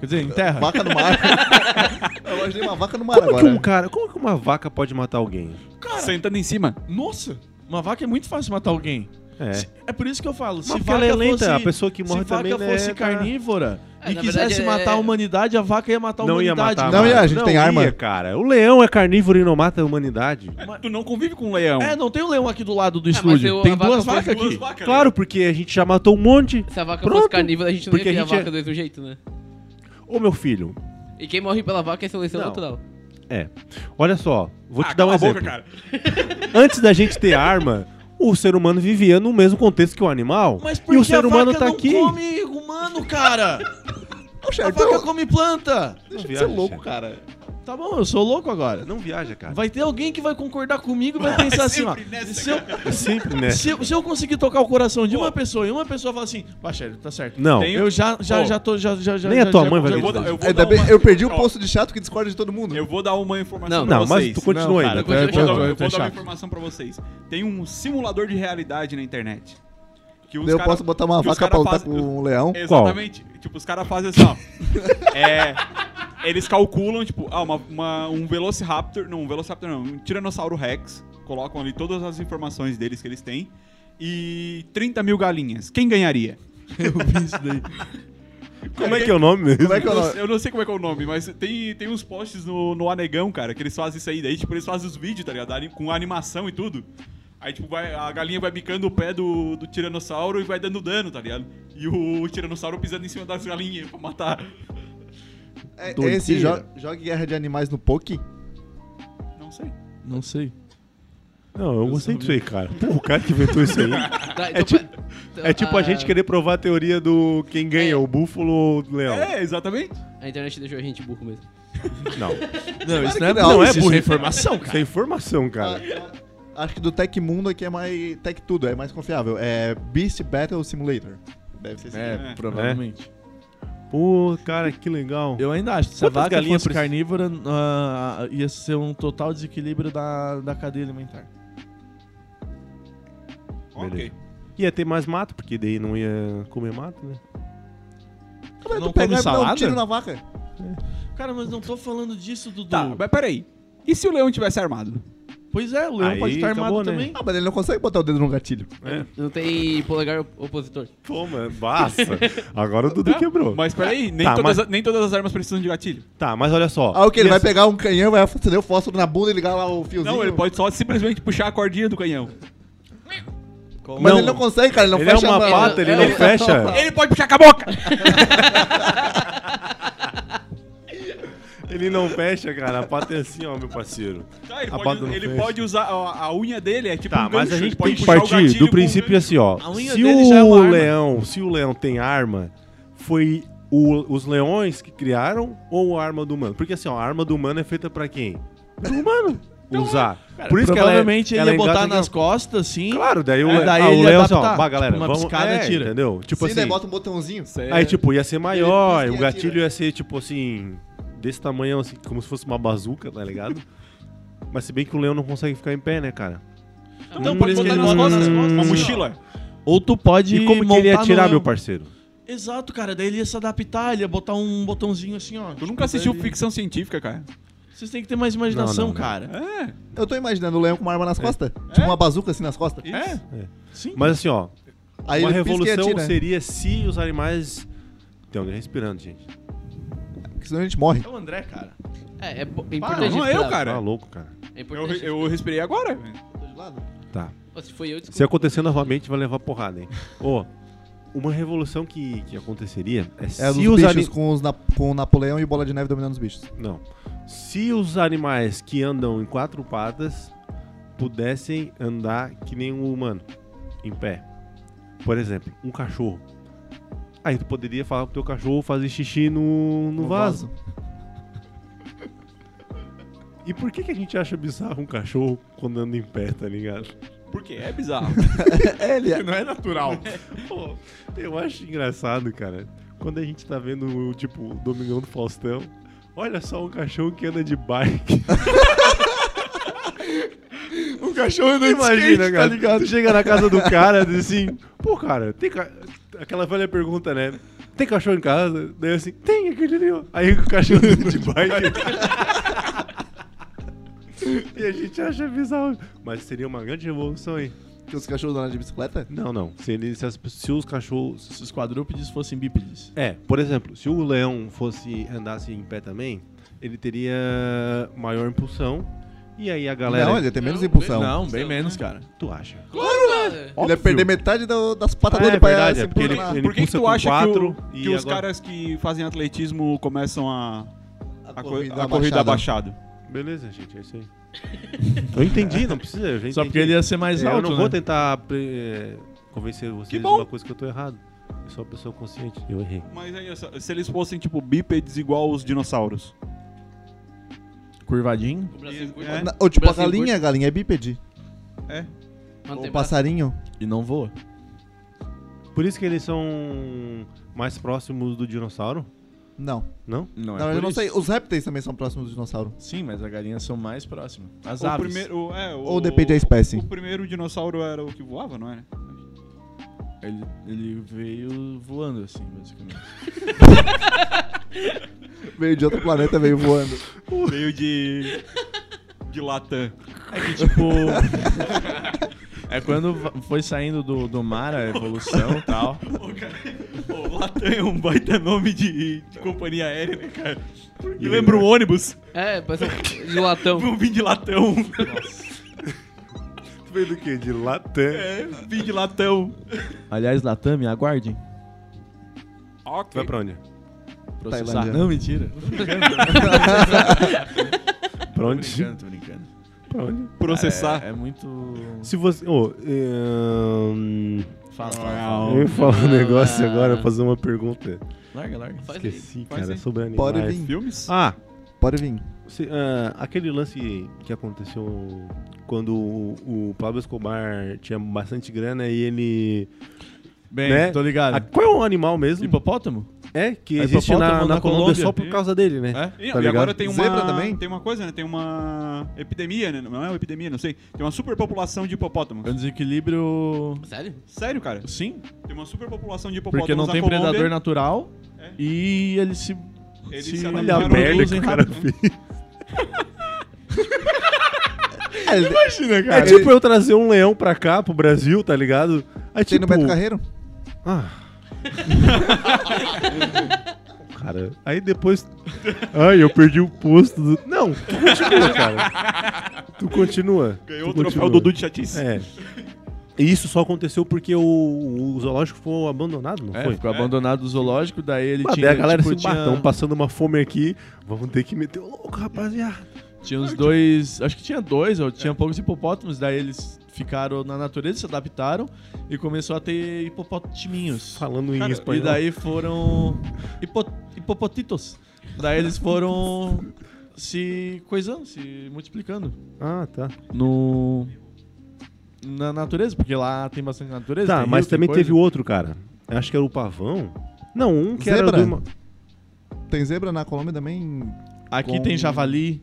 [SPEAKER 4] Quer dizer, em terra?
[SPEAKER 2] Vaca no mar. eu imaginei uma vaca no mar
[SPEAKER 1] Como que, um
[SPEAKER 2] agora.
[SPEAKER 1] cara, como que uma vaca pode matar alguém?
[SPEAKER 3] Sentando em cima.
[SPEAKER 4] Nossa, uma vaca é muito fácil matar alguém.
[SPEAKER 1] É.
[SPEAKER 4] Se- É por isso que eu falo, se
[SPEAKER 1] Mas porque
[SPEAKER 4] vaca
[SPEAKER 1] ela é lenta,
[SPEAKER 4] fosse,
[SPEAKER 1] a pessoa que morre
[SPEAKER 4] se vaca
[SPEAKER 1] também, né,
[SPEAKER 4] fosse
[SPEAKER 1] tá-
[SPEAKER 4] carnívora
[SPEAKER 5] É,
[SPEAKER 4] e
[SPEAKER 5] na
[SPEAKER 4] quisesse
[SPEAKER 5] verdade, é-
[SPEAKER 4] matar a humanidade, a vaca ia matar a
[SPEAKER 1] Não ia
[SPEAKER 4] humanidade.
[SPEAKER 1] matar.
[SPEAKER 2] Não
[SPEAKER 1] mais.
[SPEAKER 2] ia, a gente tem arma.
[SPEAKER 1] cara. O leão é carnívoro e não mata a humanidade.
[SPEAKER 3] Tu não convive com um leão.
[SPEAKER 4] É, não tem um leão aqui do lado do
[SPEAKER 5] É, mas
[SPEAKER 4] estúdio.
[SPEAKER 5] eu- a
[SPEAKER 4] tem
[SPEAKER 5] vaca
[SPEAKER 4] duas
[SPEAKER 5] foi
[SPEAKER 4] vacas
[SPEAKER 3] Duas
[SPEAKER 4] aqui.
[SPEAKER 3] vacas,
[SPEAKER 1] Claro, porque a gente já matou um monte.
[SPEAKER 5] Se a vaca
[SPEAKER 1] Pronto.
[SPEAKER 5] fosse carnívora, a gente não
[SPEAKER 1] Porque a
[SPEAKER 5] ia criar a
[SPEAKER 1] gente é-
[SPEAKER 5] vaca do mesmo jeito, né?
[SPEAKER 1] Ô, meu filho.
[SPEAKER 5] E quem morre pela vaca é seleção
[SPEAKER 1] Não.
[SPEAKER 5] natural.
[SPEAKER 1] É. Olha só, vou
[SPEAKER 3] Ah,
[SPEAKER 1] te dar um
[SPEAKER 3] cala a
[SPEAKER 1] exemplo.
[SPEAKER 3] boca, cara.
[SPEAKER 1] Antes da gente ter arma, o ser humano vivia no mesmo contexto que o animal.
[SPEAKER 4] Mas
[SPEAKER 1] e
[SPEAKER 4] por
[SPEAKER 1] o
[SPEAKER 4] que a
[SPEAKER 1] ser humano
[SPEAKER 4] vaca
[SPEAKER 1] tá
[SPEAKER 4] não
[SPEAKER 1] aqui.
[SPEAKER 4] come humano, cara?
[SPEAKER 2] Poxa,
[SPEAKER 4] a
[SPEAKER 2] então-
[SPEAKER 4] vaca come planta.
[SPEAKER 2] Deixa de
[SPEAKER 1] Não
[SPEAKER 2] ser
[SPEAKER 1] viaja,
[SPEAKER 2] louco,
[SPEAKER 1] chefe.
[SPEAKER 2] cara.
[SPEAKER 4] Tá bom, eu sou louco agora.
[SPEAKER 1] Não viaja, cara.
[SPEAKER 4] Vai ter alguém que vai concordar comigo e vai pensar assim, ó.
[SPEAKER 3] sempre nessa,
[SPEAKER 4] Se eu,
[SPEAKER 1] É sempre, né?
[SPEAKER 4] se, eu- se eu conseguir tocar o coração de
[SPEAKER 3] Pô.
[SPEAKER 4] uma pessoa e uma pessoa falar assim, Pachelli, tá certo.
[SPEAKER 1] Não.
[SPEAKER 3] Tem-
[SPEAKER 4] Eu já, já,
[SPEAKER 3] Pô.
[SPEAKER 4] já tô, já, já, já.
[SPEAKER 1] Nem a
[SPEAKER 4] já-
[SPEAKER 1] tua
[SPEAKER 4] já-
[SPEAKER 1] mãe vai
[SPEAKER 4] já-
[SPEAKER 1] ver
[SPEAKER 3] vou
[SPEAKER 1] isso.
[SPEAKER 3] dar- eu vou
[SPEAKER 2] é, Ainda
[SPEAKER 3] dar
[SPEAKER 2] bem,
[SPEAKER 3] uma-
[SPEAKER 2] eu perdi o
[SPEAKER 3] Ó,
[SPEAKER 2] posto de chato que discorda de todo mundo.
[SPEAKER 3] Eu vou dar uma informação
[SPEAKER 5] Não,
[SPEAKER 3] pra
[SPEAKER 1] Não, mas
[SPEAKER 3] vocês.
[SPEAKER 1] tu continua
[SPEAKER 4] Não,
[SPEAKER 1] ainda.
[SPEAKER 3] Eu
[SPEAKER 5] cara,
[SPEAKER 3] vou, dar, eu
[SPEAKER 4] tu é
[SPEAKER 3] vou dar uma
[SPEAKER 4] chato.
[SPEAKER 3] informação pra vocês. Tem um simulador de realidade na internet. Que os
[SPEAKER 2] Eu
[SPEAKER 3] cara-
[SPEAKER 2] posso botar
[SPEAKER 3] que
[SPEAKER 2] uma
[SPEAKER 3] os
[SPEAKER 2] vaca
[SPEAKER 3] cara
[SPEAKER 2] pra lutar
[SPEAKER 3] faz-
[SPEAKER 2] com um leão.
[SPEAKER 3] Exatamente. Tipo, os caras fazem assim, ó. é, eles calculam, tipo, ah, uma, uma- um Velociraptor. Não, um Velociraptor não, um Tiranossauro Rex. Colocam ali todas as informações deles que eles têm. E 30 mil galinhas. Quem ganharia?
[SPEAKER 4] Eu vi isso daí.
[SPEAKER 1] Como é que é o nome mesmo?
[SPEAKER 2] Como é que é
[SPEAKER 3] Eu
[SPEAKER 2] o
[SPEAKER 3] não,
[SPEAKER 2] nome?
[SPEAKER 3] eu não sei como é que é o nome, mas tem, tem uns posts no, no Anegão, cara, que eles fazem isso aí. Daí, tipo, eles fazem os vídeos, tá ligado? Ali Com animação e tudo. Aí, tipo, vai, a galinha vai bicando o pé do, do tiranossauro e vai dando dano, tá ligado? E o tiranossauro pisando em cima das galinhas pra matar.
[SPEAKER 2] É,
[SPEAKER 1] doideira.
[SPEAKER 2] esse jo jogue guerra de animais no Poké?
[SPEAKER 3] Não sei.
[SPEAKER 4] Não sei.
[SPEAKER 1] Não, eu gostei disso aí, cara. Pô, o cara que inventou isso aí.
[SPEAKER 5] Tá,
[SPEAKER 1] É
[SPEAKER 5] então
[SPEAKER 1] tipo-
[SPEAKER 5] pra- então,
[SPEAKER 1] É tipo a gente querer provar a teoria do quem ganha,
[SPEAKER 5] É.
[SPEAKER 1] o búfalo ou o leão.
[SPEAKER 3] É, exatamente.
[SPEAKER 5] A internet deixou a gente burro mesmo.
[SPEAKER 1] Não.
[SPEAKER 4] Não, isso não é,
[SPEAKER 2] que não,
[SPEAKER 4] não, é
[SPEAKER 1] isso
[SPEAKER 4] burro,
[SPEAKER 1] é
[SPEAKER 4] é informação,
[SPEAKER 1] Isso é
[SPEAKER 4] cara.
[SPEAKER 1] informação, cara.
[SPEAKER 2] Acho que do Tech Mundo aqui é mais. Tech Tudo, é mais confiável. É Beast Battle Simulator. Deve ser esse mesmo.
[SPEAKER 4] É, provavelmente.
[SPEAKER 1] Pô, cara, que legal.
[SPEAKER 4] Eu ainda acho. Se a
[SPEAKER 1] Quantas
[SPEAKER 4] vaca
[SPEAKER 1] galinhas
[SPEAKER 4] fosse
[SPEAKER 1] precisa-
[SPEAKER 4] carnívora, ah, ia ser um total desequilíbrio da, da cadeia alimentar.
[SPEAKER 3] Ok.
[SPEAKER 1] Beleza. Ia ter mais mato, porque daí não ia comer mato, né?
[SPEAKER 2] Como é que
[SPEAKER 4] Não
[SPEAKER 2] tu
[SPEAKER 4] come
[SPEAKER 2] pega e dá um
[SPEAKER 4] salada?
[SPEAKER 2] tiro na vaca?
[SPEAKER 4] Cara, mas não tô falando disso, Dudu.
[SPEAKER 3] Tá, mas peraí. E se o leão tivesse armado?
[SPEAKER 4] Pois é, o leão
[SPEAKER 1] Aí
[SPEAKER 4] pode estar armado
[SPEAKER 1] acabou, né?
[SPEAKER 4] também.
[SPEAKER 2] Ah, mas ele não consegue botar o dedo no gatilho.
[SPEAKER 1] É.
[SPEAKER 5] Não tem polegar op- opositor.
[SPEAKER 1] Pô, mano, basta. Agora o Dudu quebrou.
[SPEAKER 3] Mas peraí, nem,
[SPEAKER 1] Tá,
[SPEAKER 3] todas,
[SPEAKER 1] mas-
[SPEAKER 3] nem todas as armas precisam de gatilho.
[SPEAKER 1] Tá, mas olha só.
[SPEAKER 2] Ah, o que? Ele
[SPEAKER 1] Ia
[SPEAKER 2] vai
[SPEAKER 1] ser-
[SPEAKER 2] pegar um canhão, vai acender o fósforo na bunda e ligar lá o fiozinho.
[SPEAKER 3] Não, ele pode só simplesmente puxar a cordinha do canhão.
[SPEAKER 2] Mas
[SPEAKER 1] Não.
[SPEAKER 2] ele não consegue, cara. Ele não
[SPEAKER 1] Ele é
[SPEAKER 2] fecha
[SPEAKER 1] uma
[SPEAKER 2] a mão.
[SPEAKER 1] pata, ele não
[SPEAKER 5] Ele-
[SPEAKER 1] fecha.
[SPEAKER 3] Ele pode puxar com a boca!
[SPEAKER 1] Ele não fecha, cara. A pata é assim, ó, meu parceiro.
[SPEAKER 3] Tá, ele
[SPEAKER 1] A
[SPEAKER 3] pode,
[SPEAKER 1] pata não
[SPEAKER 3] ele
[SPEAKER 1] fecha.
[SPEAKER 3] pode usar a, a unha dele, é tipo
[SPEAKER 1] Tá,
[SPEAKER 3] um
[SPEAKER 1] mas
[SPEAKER 3] gancho,
[SPEAKER 1] a
[SPEAKER 3] ele
[SPEAKER 1] gente
[SPEAKER 3] pode
[SPEAKER 1] tem que
[SPEAKER 3] puxar o
[SPEAKER 1] partir
[SPEAKER 3] gatilho
[SPEAKER 1] do
[SPEAKER 3] com
[SPEAKER 1] princípio
[SPEAKER 3] um
[SPEAKER 1] assim, ó.
[SPEAKER 4] A unha
[SPEAKER 1] Se
[SPEAKER 4] dele já é uma
[SPEAKER 1] o
[SPEAKER 4] arma.
[SPEAKER 1] leão, se o leão tem arma, foi o- os leões que criaram ou a arma do humano? Porque assim, ó, a arma do humano é feita pra quem? Do humano. Usar. Por isso que ela é-
[SPEAKER 4] Então, Provavelmente
[SPEAKER 1] ela
[SPEAKER 4] ele ia botar
[SPEAKER 1] engata
[SPEAKER 4] nas
[SPEAKER 1] aqui,
[SPEAKER 4] costas, sim.
[SPEAKER 1] ó. Claro, daí o,
[SPEAKER 4] É, daí
[SPEAKER 1] ah, o
[SPEAKER 4] ele ia
[SPEAKER 1] leão assim, ó,
[SPEAKER 4] adaptar,
[SPEAKER 1] "Bah, galera,
[SPEAKER 4] tipo, uma
[SPEAKER 1] vamos,
[SPEAKER 4] piscada,
[SPEAKER 1] é,
[SPEAKER 4] atira."
[SPEAKER 1] entendeu? Tipo
[SPEAKER 2] Sim,
[SPEAKER 1] assim,
[SPEAKER 2] daí bota um botãozinho.
[SPEAKER 3] gancho. Isso é-
[SPEAKER 1] Aí, tipo, ia ser maior,
[SPEAKER 2] Ele diz
[SPEAKER 1] o
[SPEAKER 2] que atira.
[SPEAKER 1] gatilho ia ser, tipo assim, desse tamanho, assim, como se fosse uma bazuca, tá ligado? Mas se bem que o leão não consegue ficar em pé, né, cara?
[SPEAKER 3] Então, pode
[SPEAKER 4] Hum, por isso
[SPEAKER 3] botar
[SPEAKER 4] que
[SPEAKER 3] nas
[SPEAKER 4] ele bota
[SPEAKER 3] costas,
[SPEAKER 4] nas
[SPEAKER 3] uma
[SPEAKER 4] costas, assim,
[SPEAKER 3] mochila.
[SPEAKER 4] Ou tu pode.
[SPEAKER 1] e como que ele ia
[SPEAKER 4] montar
[SPEAKER 1] tirar,
[SPEAKER 4] no-
[SPEAKER 1] meu parceiro?
[SPEAKER 4] Exato, cara. Daí ele ia se adaptar, ele ia botar um botãozinho assim, ó.
[SPEAKER 3] Tu nunca assistiu
[SPEAKER 4] Daí-
[SPEAKER 3] ficção científica, cara?
[SPEAKER 4] Vocês têm que ter mais imaginação,
[SPEAKER 1] Não, não, não.
[SPEAKER 4] cara.
[SPEAKER 3] É,
[SPEAKER 2] Eu tô imaginando o leão com uma arma nas
[SPEAKER 1] É.
[SPEAKER 2] costas. Tipo uma bazuca assim nas costas.
[SPEAKER 3] é.
[SPEAKER 4] Sim.
[SPEAKER 1] Mas assim, ó,
[SPEAKER 2] Aí
[SPEAKER 1] uma
[SPEAKER 2] ele pisca e
[SPEAKER 1] revolução
[SPEAKER 2] atira, né?
[SPEAKER 1] seria se os animais. Tem alguém respirando, gente.
[SPEAKER 2] Porque senão a gente morre.
[SPEAKER 4] É o André, cara.
[SPEAKER 5] É, é bo- é
[SPEAKER 4] Para,
[SPEAKER 5] importante
[SPEAKER 3] Não, não é eu,
[SPEAKER 5] esperar.
[SPEAKER 1] Tá
[SPEAKER 3] cara.
[SPEAKER 1] louco, cara.
[SPEAKER 5] É
[SPEAKER 3] Eu,
[SPEAKER 5] importante.
[SPEAKER 3] eu respirei agora.
[SPEAKER 1] Tá.
[SPEAKER 5] Pô, Se foi eu, desculpa.
[SPEAKER 1] Se acontecer novamente, vai levar porrada, hein? Ô, uma revolução que, que aconteceria é,
[SPEAKER 2] É a dos
[SPEAKER 1] se os
[SPEAKER 2] bichos
[SPEAKER 1] animais.
[SPEAKER 2] com, os na- com o Napoleão e Bola de Neve dominando os bichos.
[SPEAKER 1] Não. Se os animais que andam em quatro patas pudessem andar que nem um humano, em pé. Por exemplo, um cachorro. Aí tu poderia falar pro teu cachorro fazer xixi no, no, vaso. E por que, que a gente acha bizarro um cachorro quando anda em pé, tá ligado?
[SPEAKER 3] Porque é bizarro.
[SPEAKER 2] É, ele é.
[SPEAKER 3] Não é natural.
[SPEAKER 1] Pô, eu acho engraçado, cara. Quando a gente tá vendo, tipo, o Domingão do Faustão, olha só um cachorro que anda de bike.
[SPEAKER 2] Um cachorro
[SPEAKER 1] Tu imagina, cara. tu chega na casa do cara diz assim, pô, cara, tem ca... aquela velha pergunta, né? Tem cachorro em casa? Daí eu assim, tem aquele ali, ó. Aí o cachorro anda de bike. e a gente acha bizarro. Mas seria uma grande revolução aí.
[SPEAKER 2] Que os cachorros andam de bicicleta?
[SPEAKER 1] Não, não. Se, ele, se, as- se os cachorros
[SPEAKER 4] Se os quadrúpedes fossem bípedes.
[SPEAKER 1] É, por exemplo, se o leão fosse andasse em pé também, ele teria maior impulsão. E aí a galera.
[SPEAKER 2] Não, ele tem menos
[SPEAKER 5] Não,
[SPEAKER 2] impulsão.
[SPEAKER 4] Não, bem menos, cara.
[SPEAKER 1] Tu acha?
[SPEAKER 5] Claro, cara.
[SPEAKER 2] Ele ia
[SPEAKER 1] Óbvio.
[SPEAKER 2] perder metade do- das patas
[SPEAKER 1] Ah,
[SPEAKER 2] dele
[SPEAKER 1] é
[SPEAKER 2] pra
[SPEAKER 1] verdade,
[SPEAKER 2] se
[SPEAKER 1] é porque ele-
[SPEAKER 2] impulsionar.
[SPEAKER 1] ele-
[SPEAKER 3] Por que, que tu
[SPEAKER 1] pulsa
[SPEAKER 3] acha
[SPEAKER 1] com
[SPEAKER 3] que, o-
[SPEAKER 1] quatro
[SPEAKER 3] que
[SPEAKER 1] e
[SPEAKER 3] os
[SPEAKER 1] agora-
[SPEAKER 3] caras que fazem atletismo começam a, a, co- a
[SPEAKER 2] abaixada.
[SPEAKER 3] corrida abaixado?
[SPEAKER 1] Beleza, gente, é isso aí. Eu entendi, não precisa. Eu já
[SPEAKER 4] Só
[SPEAKER 1] entendi.
[SPEAKER 4] porque ele ia ser mais
[SPEAKER 1] É,
[SPEAKER 4] alto,
[SPEAKER 1] Eu não vou
[SPEAKER 4] né?
[SPEAKER 1] tentar pre- é, convencer vocês
[SPEAKER 3] Que
[SPEAKER 1] de
[SPEAKER 3] bom.
[SPEAKER 1] uma coisa que eu tô errado. Eu sou uma pessoa consciente. Eu errei.
[SPEAKER 3] Mas aí, se- se eles fossem, tipo, bípedes igual os dinossauros.
[SPEAKER 4] Curvadinho.
[SPEAKER 5] O Brasil curte.
[SPEAKER 1] né?
[SPEAKER 3] É.
[SPEAKER 2] Na- Ou tipo a
[SPEAKER 5] Brasil
[SPEAKER 2] galinha, a galinha é bípede.
[SPEAKER 3] É.
[SPEAKER 5] Mano,
[SPEAKER 2] Ou
[SPEAKER 5] tem
[SPEAKER 2] passarinho.
[SPEAKER 4] E não voa.
[SPEAKER 1] Por isso que eles são mais próximos do dinossauro?
[SPEAKER 2] Não.
[SPEAKER 1] Não?
[SPEAKER 4] Não é
[SPEAKER 2] Na verdade, eu
[SPEAKER 4] por
[SPEAKER 2] não
[SPEAKER 4] isso.
[SPEAKER 2] sei. Os répteis também são próximos do dinossauro.
[SPEAKER 4] Sim, mas as galinhas são mais próximas. As
[SPEAKER 3] O
[SPEAKER 4] aves.
[SPEAKER 3] primeiro, é, o-
[SPEAKER 2] Ou depende da espécie.
[SPEAKER 3] O primeiro dinossauro era o que voava, não era?
[SPEAKER 4] Ele, ele veio voando, assim, basicamente.
[SPEAKER 2] Veio de outro planeta, veio voando.
[SPEAKER 3] Veio de. de Latam.
[SPEAKER 4] É que, tipo... é quando va- foi saindo do, do mar a evolução e tal.
[SPEAKER 3] Pô, cara, pô, Latam é um baita nome de, de companhia aérea, né, cara? E lembra um ônibus?
[SPEAKER 5] É, parece um de latão.
[SPEAKER 3] Vamos vir de Latão.
[SPEAKER 1] Tu veio do quê? De Latam.
[SPEAKER 3] É, vim de Latão.
[SPEAKER 4] Aliás, Latam, me aguardem.
[SPEAKER 1] Tu vai pra onde?
[SPEAKER 4] Processar.
[SPEAKER 2] Tailândia.
[SPEAKER 4] Não, mentira. Tô
[SPEAKER 1] É,
[SPEAKER 4] brincando,
[SPEAKER 1] Pra
[SPEAKER 4] tô
[SPEAKER 1] onde?
[SPEAKER 4] brincando, tô brincando.
[SPEAKER 1] Pra onde?
[SPEAKER 3] Processar.
[SPEAKER 4] É, é muito...
[SPEAKER 1] Se você. Ô, é, hum, ahn,
[SPEAKER 3] é.
[SPEAKER 4] Fala,
[SPEAKER 3] Uau.
[SPEAKER 4] fala.
[SPEAKER 1] eu ia falar um
[SPEAKER 5] Ah.
[SPEAKER 1] negócio agora, fazer uma pergunta.
[SPEAKER 4] Larga, larga.
[SPEAKER 5] Faz aí.
[SPEAKER 1] Esqueci,
[SPEAKER 3] faz
[SPEAKER 1] cara,
[SPEAKER 3] aí.
[SPEAKER 1] sobre animais.
[SPEAKER 2] Pode vir.
[SPEAKER 3] Filmes?
[SPEAKER 1] Ah,
[SPEAKER 2] Pode vir.
[SPEAKER 1] se- ah, aquele lance que aconteceu quando o, o Pablo Escobar tinha bastante grana e ele.
[SPEAKER 4] Bem,
[SPEAKER 1] Né?
[SPEAKER 4] tô ligado.
[SPEAKER 1] Ah, qual é o animal mesmo?
[SPEAKER 4] Hipopótamo?
[SPEAKER 1] É, que
[SPEAKER 4] É
[SPEAKER 1] existe na,
[SPEAKER 4] hipopótamo
[SPEAKER 1] na
[SPEAKER 4] na
[SPEAKER 1] Colômbia só
[SPEAKER 4] Colômbia.
[SPEAKER 1] por causa dele, né?
[SPEAKER 3] E,
[SPEAKER 4] É?
[SPEAKER 1] Tá
[SPEAKER 3] e agora
[SPEAKER 1] ligado?
[SPEAKER 3] tem
[SPEAKER 2] Zebra
[SPEAKER 3] uma,
[SPEAKER 2] também?
[SPEAKER 3] tem uma coisa, né? Tem uma epidemia, né? Não é uma epidemia, não sei. Tem uma superpopulação de hipopótamos.
[SPEAKER 4] É um desequilíbrio...
[SPEAKER 5] Sério?
[SPEAKER 3] Sério, cara.
[SPEAKER 4] Sim,
[SPEAKER 3] Tem uma superpopulação de hipopótamos
[SPEAKER 4] porque não
[SPEAKER 3] na
[SPEAKER 4] tem
[SPEAKER 3] Colômbia.
[SPEAKER 4] predador natural
[SPEAKER 3] É.
[SPEAKER 4] e eles se...
[SPEAKER 3] Eles
[SPEAKER 4] se
[SPEAKER 3] se
[SPEAKER 1] Olha a
[SPEAKER 3] Cara,
[SPEAKER 1] merda que
[SPEAKER 4] reproduzem
[SPEAKER 1] o cara
[SPEAKER 4] rápido.
[SPEAKER 1] fez.
[SPEAKER 2] Imagina,
[SPEAKER 1] É tipo eu trazer um leão pra cá, pro Brasil, tá ligado? Aí
[SPEAKER 2] Tem
[SPEAKER 1] tipo.
[SPEAKER 2] no Beto Carreiro?
[SPEAKER 1] Ah. cara, aí depois. Ai, eu perdi o posto do. Não, tu continua, cara. Tu continua.
[SPEAKER 3] Ganhou o
[SPEAKER 1] tu
[SPEAKER 3] troféu
[SPEAKER 1] continua.
[SPEAKER 3] Dudu de Chatice.
[SPEAKER 1] É. E isso só aconteceu porque o, o zoológico foi abandonado, não
[SPEAKER 4] É,
[SPEAKER 1] foi?
[SPEAKER 4] ficou abandonado o zoológico, daí ele
[SPEAKER 1] Mas
[SPEAKER 4] tinha...
[SPEAKER 1] daí a galera
[SPEAKER 4] tipo,
[SPEAKER 1] se
[SPEAKER 4] tinha-
[SPEAKER 1] batão passando uma fome aqui. Vamos ter que meter o louco, rapaziada.
[SPEAKER 4] Tinha uns dois. Acho que tinha dois, ou tinha poucos hipopótamos, daí eles ficaram na natureza, se adaptaram e começou a ter hipopotiminhos.
[SPEAKER 1] Falando em
[SPEAKER 3] Cara, e
[SPEAKER 1] espanhol.
[SPEAKER 4] E daí foram. Hipo, hipopotitos. Daí eles foram se coisando, se multiplicando
[SPEAKER 1] Ah, tá.
[SPEAKER 4] no. Na natureza, porque lá tem bastante natureza.
[SPEAKER 1] Tá,
[SPEAKER 4] tem
[SPEAKER 1] mas
[SPEAKER 4] rio, tem
[SPEAKER 1] também
[SPEAKER 4] coisa.
[SPEAKER 1] teve outro, cara. Eu Acho que era o pavão. Não, um que era
[SPEAKER 2] Zebra?
[SPEAKER 1] do. ma-
[SPEAKER 2] Tem zebra na Colômbia também?
[SPEAKER 4] Aqui
[SPEAKER 2] Com-
[SPEAKER 4] tem javali.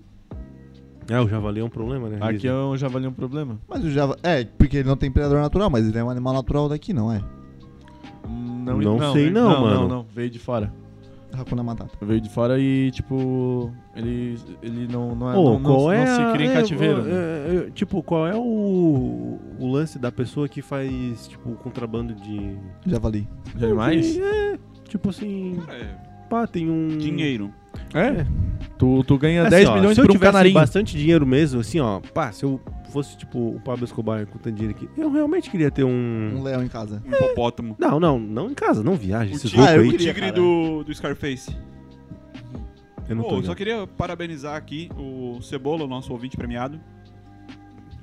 [SPEAKER 1] É, o javali é um problema, né?
[SPEAKER 4] Aqui é um javali é um problema.
[SPEAKER 2] Mas o Java. É, porque ele não tem predador natural, mas ele é um animal natural daqui, não é?
[SPEAKER 4] Não,
[SPEAKER 1] Não sei não, mano.
[SPEAKER 4] Não, não, veio de fora.
[SPEAKER 2] Hakuna Matata.
[SPEAKER 4] Veio de fora e, tipo, ele, ele não, não, é-
[SPEAKER 1] Ô,
[SPEAKER 4] não, não-
[SPEAKER 1] qual
[SPEAKER 4] não
[SPEAKER 1] é a-
[SPEAKER 4] se cria em
[SPEAKER 1] é,
[SPEAKER 4] cativeiro. né?
[SPEAKER 1] é, é, tipo, qual é o, o lance da pessoa que faz, tipo, contrabando de...
[SPEAKER 2] Javali.
[SPEAKER 4] De animais?
[SPEAKER 1] É, tipo assim,
[SPEAKER 3] É,
[SPEAKER 1] pá, tem um...
[SPEAKER 3] dinheiro.
[SPEAKER 4] É. Tu, tu ganha
[SPEAKER 1] Assim,
[SPEAKER 4] 10
[SPEAKER 1] ó,
[SPEAKER 4] milhões
[SPEAKER 1] se eu
[SPEAKER 4] por um
[SPEAKER 1] tivesse
[SPEAKER 4] canarinho.
[SPEAKER 1] bastante dinheiro mesmo, assim, ó, pá, se eu fosse, tipo, o Pablo Escobar com tanto dinheiro aqui, eu realmente queria ter
[SPEAKER 2] Um
[SPEAKER 1] um...
[SPEAKER 2] leão em casa.
[SPEAKER 3] Um hipopótamo.
[SPEAKER 1] Não, não, não em casa, não viaja,
[SPEAKER 3] O
[SPEAKER 1] esses
[SPEAKER 3] tigre,
[SPEAKER 1] loucos
[SPEAKER 2] Ah, eu
[SPEAKER 1] aí.
[SPEAKER 3] o
[SPEAKER 2] queria,
[SPEAKER 3] tigre
[SPEAKER 2] cara.
[SPEAKER 3] do, do Scarface.
[SPEAKER 1] Eu não tô
[SPEAKER 3] Pô, eu só
[SPEAKER 1] ligado.
[SPEAKER 3] queria parabenizar aqui o Cebola, o nosso ouvinte premiado.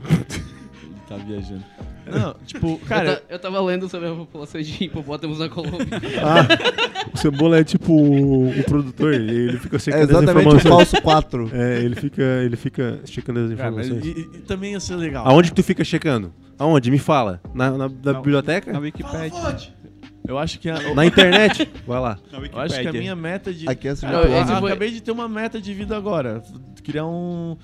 [SPEAKER 4] Ele tá viajando. Não, tipo,
[SPEAKER 5] eu,
[SPEAKER 4] cara,
[SPEAKER 5] ta- eu tava lendo sobre a população de hipopótamos na Colômbia.
[SPEAKER 1] Ah, o Cebola é tipo o, o produtor, ele, ele fica
[SPEAKER 2] É
[SPEAKER 1] checando as
[SPEAKER 2] exatamente o
[SPEAKER 1] informações.
[SPEAKER 2] falso 4.
[SPEAKER 1] É, ele fica, ele fica checando as
[SPEAKER 4] cara, mas
[SPEAKER 1] informações.
[SPEAKER 4] e, e- e também ia ser legal.
[SPEAKER 1] Aonde que tu fica checando? Aonde? Me fala. Na, na- na
[SPEAKER 3] Não.
[SPEAKER 1] biblioteca?
[SPEAKER 3] Na
[SPEAKER 1] Na,
[SPEAKER 4] Fala,
[SPEAKER 3] Wikipedia.
[SPEAKER 4] fonte! Eu acho que a,
[SPEAKER 1] internet? Vai lá.
[SPEAKER 3] Na
[SPEAKER 4] eu acho que a
[SPEAKER 3] Wikipédia.
[SPEAKER 4] minha meta de. Ah,
[SPEAKER 2] Aqui é assim,
[SPEAKER 5] Não,
[SPEAKER 4] Eu
[SPEAKER 5] esse
[SPEAKER 4] a-
[SPEAKER 5] foi-
[SPEAKER 4] acabei de ter uma meta de vida agora. Criar um.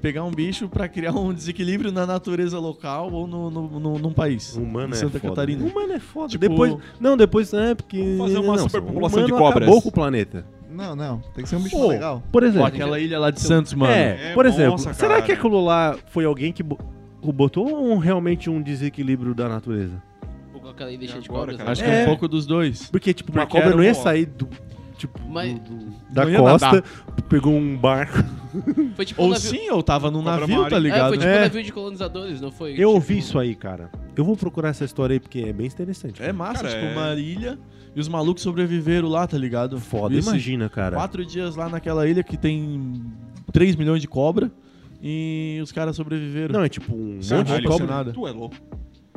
[SPEAKER 4] Pegar um bicho pra criar um desequilíbrio na natureza local ou no, no, no- num país.
[SPEAKER 1] Humano
[SPEAKER 4] em
[SPEAKER 1] é
[SPEAKER 4] Santa
[SPEAKER 1] foda.
[SPEAKER 4] Catarina.
[SPEAKER 1] Humano é foda.
[SPEAKER 4] Tipo-
[SPEAKER 1] Depois, não, depois é porque
[SPEAKER 3] Fazer uma
[SPEAKER 1] não,
[SPEAKER 3] superpopulação
[SPEAKER 1] o
[SPEAKER 3] de
[SPEAKER 1] humano
[SPEAKER 3] cobras.
[SPEAKER 1] Acabou com o planeta.
[SPEAKER 2] Não, não. Tem que ser um bicho
[SPEAKER 1] Pô,
[SPEAKER 2] legal.
[SPEAKER 1] Por
[SPEAKER 4] Pô,
[SPEAKER 1] exemplo.
[SPEAKER 4] aquela ilha lá de Santos, mano.
[SPEAKER 1] É,
[SPEAKER 3] É,
[SPEAKER 1] por
[SPEAKER 3] nossa,
[SPEAKER 1] exemplo, será
[SPEAKER 3] cara.
[SPEAKER 1] que aquilo lá foi alguém que bo- botou um- realmente um desequilíbrio da natureza?
[SPEAKER 5] O cara aí deixa de
[SPEAKER 3] Agora,
[SPEAKER 5] cobras,
[SPEAKER 3] cara.
[SPEAKER 5] né?
[SPEAKER 4] Acho que
[SPEAKER 1] É.
[SPEAKER 4] um pouco dos dois.
[SPEAKER 1] Porque, tipo, uma
[SPEAKER 4] Porque
[SPEAKER 1] cobra
[SPEAKER 4] era
[SPEAKER 1] não
[SPEAKER 4] um
[SPEAKER 1] ia
[SPEAKER 4] ó-
[SPEAKER 1] sair do. Tipo,
[SPEAKER 5] Mas-
[SPEAKER 1] do- do- da
[SPEAKER 4] Não ia
[SPEAKER 1] costa, pegou um barco.
[SPEAKER 5] Foi tipo um
[SPEAKER 4] Ou
[SPEAKER 5] navio-
[SPEAKER 4] sim, ou tava num
[SPEAKER 3] Cobra
[SPEAKER 4] navio, tá
[SPEAKER 3] marinha.
[SPEAKER 5] É,
[SPEAKER 4] ligado?
[SPEAKER 5] foi tipo
[SPEAKER 1] É.
[SPEAKER 5] um navio de colonizadores, não foi?
[SPEAKER 1] Eu
[SPEAKER 5] tipo,
[SPEAKER 1] ouvi isso aí, cara. Eu vou procurar essa história aí porque é bem interessante.
[SPEAKER 4] É massa,
[SPEAKER 3] Cara,
[SPEAKER 4] tipo,
[SPEAKER 3] é-
[SPEAKER 4] uma ilha e os malucos sobreviveram lá, tá ligado?
[SPEAKER 1] Foda,
[SPEAKER 4] Esse-
[SPEAKER 1] imagina, cara.
[SPEAKER 4] Quatro dias lá naquela ilha que tem 3 milhões de cobra e os caras sobreviveram.
[SPEAKER 1] Não, é tipo um
[SPEAKER 3] Caralho,
[SPEAKER 1] monte
[SPEAKER 4] Caralho,
[SPEAKER 1] de cobra.
[SPEAKER 4] isso nada.
[SPEAKER 3] Tu é louco.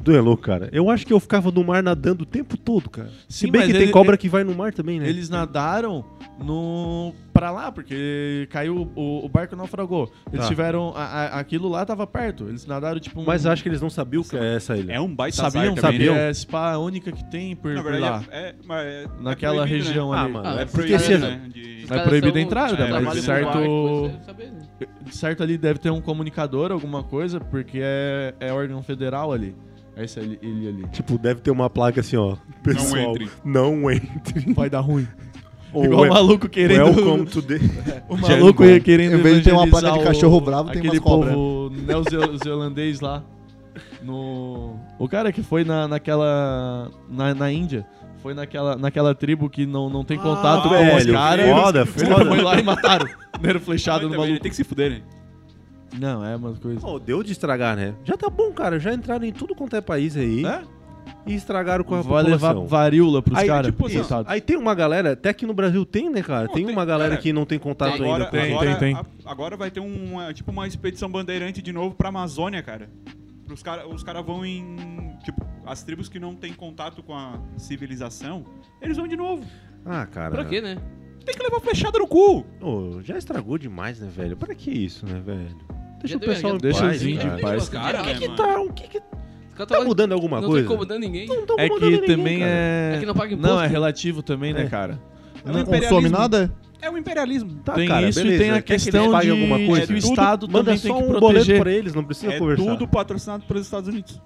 [SPEAKER 1] Tu é louco, cara. Eu acho que eu ficava no mar nadando o tempo todo, cara. Se
[SPEAKER 4] Sim,
[SPEAKER 1] bem
[SPEAKER 4] mas
[SPEAKER 1] que tem
[SPEAKER 4] ele-
[SPEAKER 1] cobra que vai no mar também, né?
[SPEAKER 4] Eles nadaram no pra lá, porque caiu o, o barco naufragou. Eles
[SPEAKER 1] Tá.
[SPEAKER 4] tiveram. a- a- aquilo lá tava perto. Eles nadaram tipo um.
[SPEAKER 1] Mas acho que eles não sabiam o que é essa ilha.
[SPEAKER 3] É um baita
[SPEAKER 4] sabiam,
[SPEAKER 3] azar também,
[SPEAKER 4] sabiam.
[SPEAKER 3] né?
[SPEAKER 4] É spa a única que tem por,
[SPEAKER 3] Na
[SPEAKER 4] por
[SPEAKER 3] verdade,
[SPEAKER 4] lá.
[SPEAKER 3] é, é, mas é- é
[SPEAKER 4] Naquela
[SPEAKER 3] proibido, né?
[SPEAKER 4] região
[SPEAKER 1] Ah,
[SPEAKER 4] ali.
[SPEAKER 1] mano,
[SPEAKER 5] Ah,
[SPEAKER 1] é
[SPEAKER 3] É
[SPEAKER 5] mas
[SPEAKER 1] porque
[SPEAKER 3] proibido,
[SPEAKER 1] se...
[SPEAKER 5] cara,
[SPEAKER 3] né? De...
[SPEAKER 5] Os
[SPEAKER 4] É
[SPEAKER 5] caras
[SPEAKER 4] proibido
[SPEAKER 5] são-
[SPEAKER 4] a entrada,
[SPEAKER 5] tipo,
[SPEAKER 3] mas
[SPEAKER 5] trabalham no
[SPEAKER 4] certo-
[SPEAKER 5] barco, você deve saber, né?
[SPEAKER 4] De certo ali deve ter um comunicador, alguma coisa, porque é, é órgão federal ali. É Essa ilha ilha ali.
[SPEAKER 1] Tipo, deve ter uma placa assim, ó. Pessoal, não entre.
[SPEAKER 3] entre.
[SPEAKER 1] Não entre.
[SPEAKER 4] Vai dar ruim.
[SPEAKER 1] Ou
[SPEAKER 4] Igual
[SPEAKER 1] é-
[SPEAKER 4] o maluco querendo.
[SPEAKER 1] Welcome to the...
[SPEAKER 4] O maluco ia querendo
[SPEAKER 2] Em vez de ter uma
[SPEAKER 4] evangelizar
[SPEAKER 2] placa de
[SPEAKER 4] o-
[SPEAKER 2] cachorro bravo, tem
[SPEAKER 4] aquele
[SPEAKER 2] umas cobras.
[SPEAKER 4] povo neozelandês lá. No... O cara que foi na, naquela. Na, na Índia. Foi naquela, naquela tribo que não, não tem contato com os
[SPEAKER 1] velho,
[SPEAKER 4] caras.
[SPEAKER 1] foda,
[SPEAKER 4] Os caras
[SPEAKER 1] foda.
[SPEAKER 4] Foi lá e mataram. Primeiro
[SPEAKER 3] Mas
[SPEAKER 4] flechado no
[SPEAKER 3] Tá, também
[SPEAKER 4] maluco.
[SPEAKER 3] Ele tem que se fuder, né?
[SPEAKER 4] Não, é umas coisas.
[SPEAKER 1] Pô, deu de estragar, né? Já tá bom, cara. Já entraram em tudo quanto é país aí
[SPEAKER 4] Né?
[SPEAKER 1] e estragaram com é a
[SPEAKER 4] Vai levar
[SPEAKER 1] população.
[SPEAKER 4] varíola pros
[SPEAKER 1] Aí,
[SPEAKER 4] caras.
[SPEAKER 3] tipo assim,
[SPEAKER 1] Isso.
[SPEAKER 4] coitado.
[SPEAKER 1] Aí tem uma galera, até que no Brasil tem, né, cara?
[SPEAKER 3] Não,
[SPEAKER 1] tem,
[SPEAKER 3] tem-
[SPEAKER 1] uma galera
[SPEAKER 3] cara,
[SPEAKER 1] que não tem contato ainda.
[SPEAKER 3] Agora,
[SPEAKER 1] com-
[SPEAKER 4] Tá tem,
[SPEAKER 3] agora,
[SPEAKER 4] tem, tem.
[SPEAKER 3] a- agora vai ter uma, tipo, uma expedição bandeirante de novo pra Amazônia, cara. Os caras os cara vão em. Tipo, as tribos que não têm contato com a civilização, eles vão de novo.
[SPEAKER 1] Ah, cara.
[SPEAKER 5] Pra quê, né?
[SPEAKER 3] Tem que levar flechada no cu!
[SPEAKER 1] Ô, já estragou demais, né, velho? Pra que isso, né, velho? Deixa
[SPEAKER 5] Já
[SPEAKER 1] o
[SPEAKER 5] deu-
[SPEAKER 1] pessoal
[SPEAKER 5] já
[SPEAKER 1] em
[SPEAKER 5] deu-
[SPEAKER 4] Deixa
[SPEAKER 1] paz,
[SPEAKER 4] os índios em
[SPEAKER 1] cara.
[SPEAKER 4] paz.
[SPEAKER 5] Os caras,
[SPEAKER 3] Cara,
[SPEAKER 5] né,
[SPEAKER 1] Que
[SPEAKER 5] mano?
[SPEAKER 1] tá, o que que
[SPEAKER 5] Os caras
[SPEAKER 1] tá
[SPEAKER 5] tava-
[SPEAKER 1] mudando alguma
[SPEAKER 5] não
[SPEAKER 1] coisa?
[SPEAKER 5] tá incomodando ninguém.
[SPEAKER 1] Não né? tão
[SPEAKER 4] É que
[SPEAKER 1] incomodando ninguém,
[SPEAKER 4] também
[SPEAKER 1] cara.
[SPEAKER 4] é.
[SPEAKER 5] É que não paga imposto.
[SPEAKER 4] Não, é relativo também, né, cara?
[SPEAKER 3] É o
[SPEAKER 2] Não
[SPEAKER 3] imperialismo.
[SPEAKER 2] consome nada?
[SPEAKER 3] É o imperialismo.
[SPEAKER 1] Tá,
[SPEAKER 4] tem
[SPEAKER 1] cara,
[SPEAKER 4] isso
[SPEAKER 1] beleza.
[SPEAKER 4] e tem a
[SPEAKER 1] Quer que eles
[SPEAKER 4] questão
[SPEAKER 1] paguem
[SPEAKER 4] de
[SPEAKER 1] alguma coisa? É
[SPEAKER 4] que o
[SPEAKER 1] Tudo-
[SPEAKER 4] Estado
[SPEAKER 1] Manda
[SPEAKER 4] também
[SPEAKER 1] só
[SPEAKER 4] tem que
[SPEAKER 1] um boleto
[SPEAKER 4] proteger.
[SPEAKER 1] pra eles, não precisa
[SPEAKER 3] é
[SPEAKER 1] conversar.
[SPEAKER 3] tudo patrocinado pelos Estados Unidos.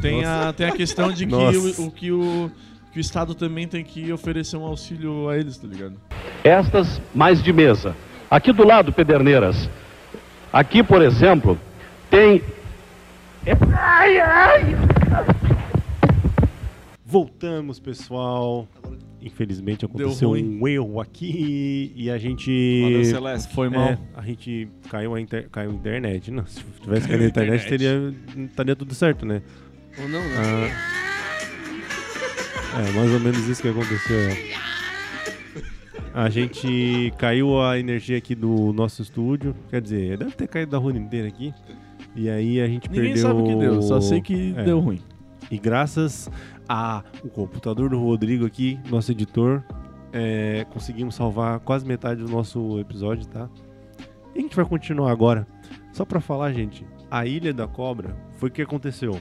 [SPEAKER 4] Tem a, tem a questão de que
[SPEAKER 1] Nossa.
[SPEAKER 4] o, o que o que o Estado também tem que oferecer um auxílio a eles, tá ligado?
[SPEAKER 6] estas mais de mesa. Aqui do lado, Pederneiras. Aqui, por exemplo, tem. Ai, ai!
[SPEAKER 1] Voltamos, pessoal. Infelizmente aconteceu
[SPEAKER 4] ruim.
[SPEAKER 1] um erro aqui e a
[SPEAKER 3] Valeu,
[SPEAKER 1] gente.
[SPEAKER 3] Celeste.
[SPEAKER 4] Foi mal.
[SPEAKER 1] É, a gente caiu a, inter... caiu a internet. Não, se tivesse caído a internet, teria... estaria tudo certo, né?
[SPEAKER 5] Ou não, né?
[SPEAKER 1] Ah, é, mais ou menos isso que aconteceu. é. A gente caiu a energia aqui do nosso estúdio. Quer dizer, deve ter caído da rua inteira aqui. E aí a gente
[SPEAKER 4] Ninguém
[SPEAKER 1] perdeu.
[SPEAKER 4] sabe o que deu, só sei que
[SPEAKER 1] É.
[SPEAKER 4] deu ruim.
[SPEAKER 1] E graças ao computador do Rodrigo aqui, nosso editor, é, conseguimos salvar quase metade do nosso episódio, tá? E a gente vai continuar agora. Só pra falar, gente, a Ilha da Cobra foi o que aconteceu.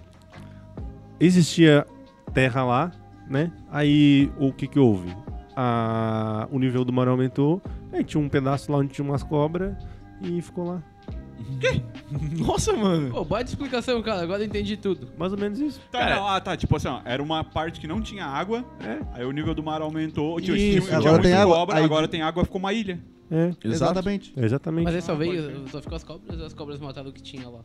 [SPEAKER 1] Existia terra lá, né? Aí o que que houve? a- o nível do mar aumentou, aí tinha um pedaço lá onde tinha umas cobras e ficou lá.
[SPEAKER 4] Nossa, mano.
[SPEAKER 5] Pô, baita explicação, cara. Agora eu entendi tudo.
[SPEAKER 1] Mais ou menos isso.
[SPEAKER 3] Tá,
[SPEAKER 4] Cara-
[SPEAKER 3] não, ah, tá. Tipo assim, ó, era uma parte que não tinha água,
[SPEAKER 1] É,
[SPEAKER 3] aí o nível do mar aumentou. Tinha, um
[SPEAKER 1] Isso,
[SPEAKER 3] tinha
[SPEAKER 2] agora
[SPEAKER 3] muito
[SPEAKER 2] tem água,
[SPEAKER 3] cobra,
[SPEAKER 2] aí-
[SPEAKER 3] agora tem água, ficou uma ilha.
[SPEAKER 1] é,
[SPEAKER 2] Exatamente.
[SPEAKER 1] é exatamente.
[SPEAKER 5] Mas aí só
[SPEAKER 3] Ah, pode
[SPEAKER 5] veio,
[SPEAKER 3] crer.
[SPEAKER 5] só ficou as cobras, as cobras mataram o que tinha lá.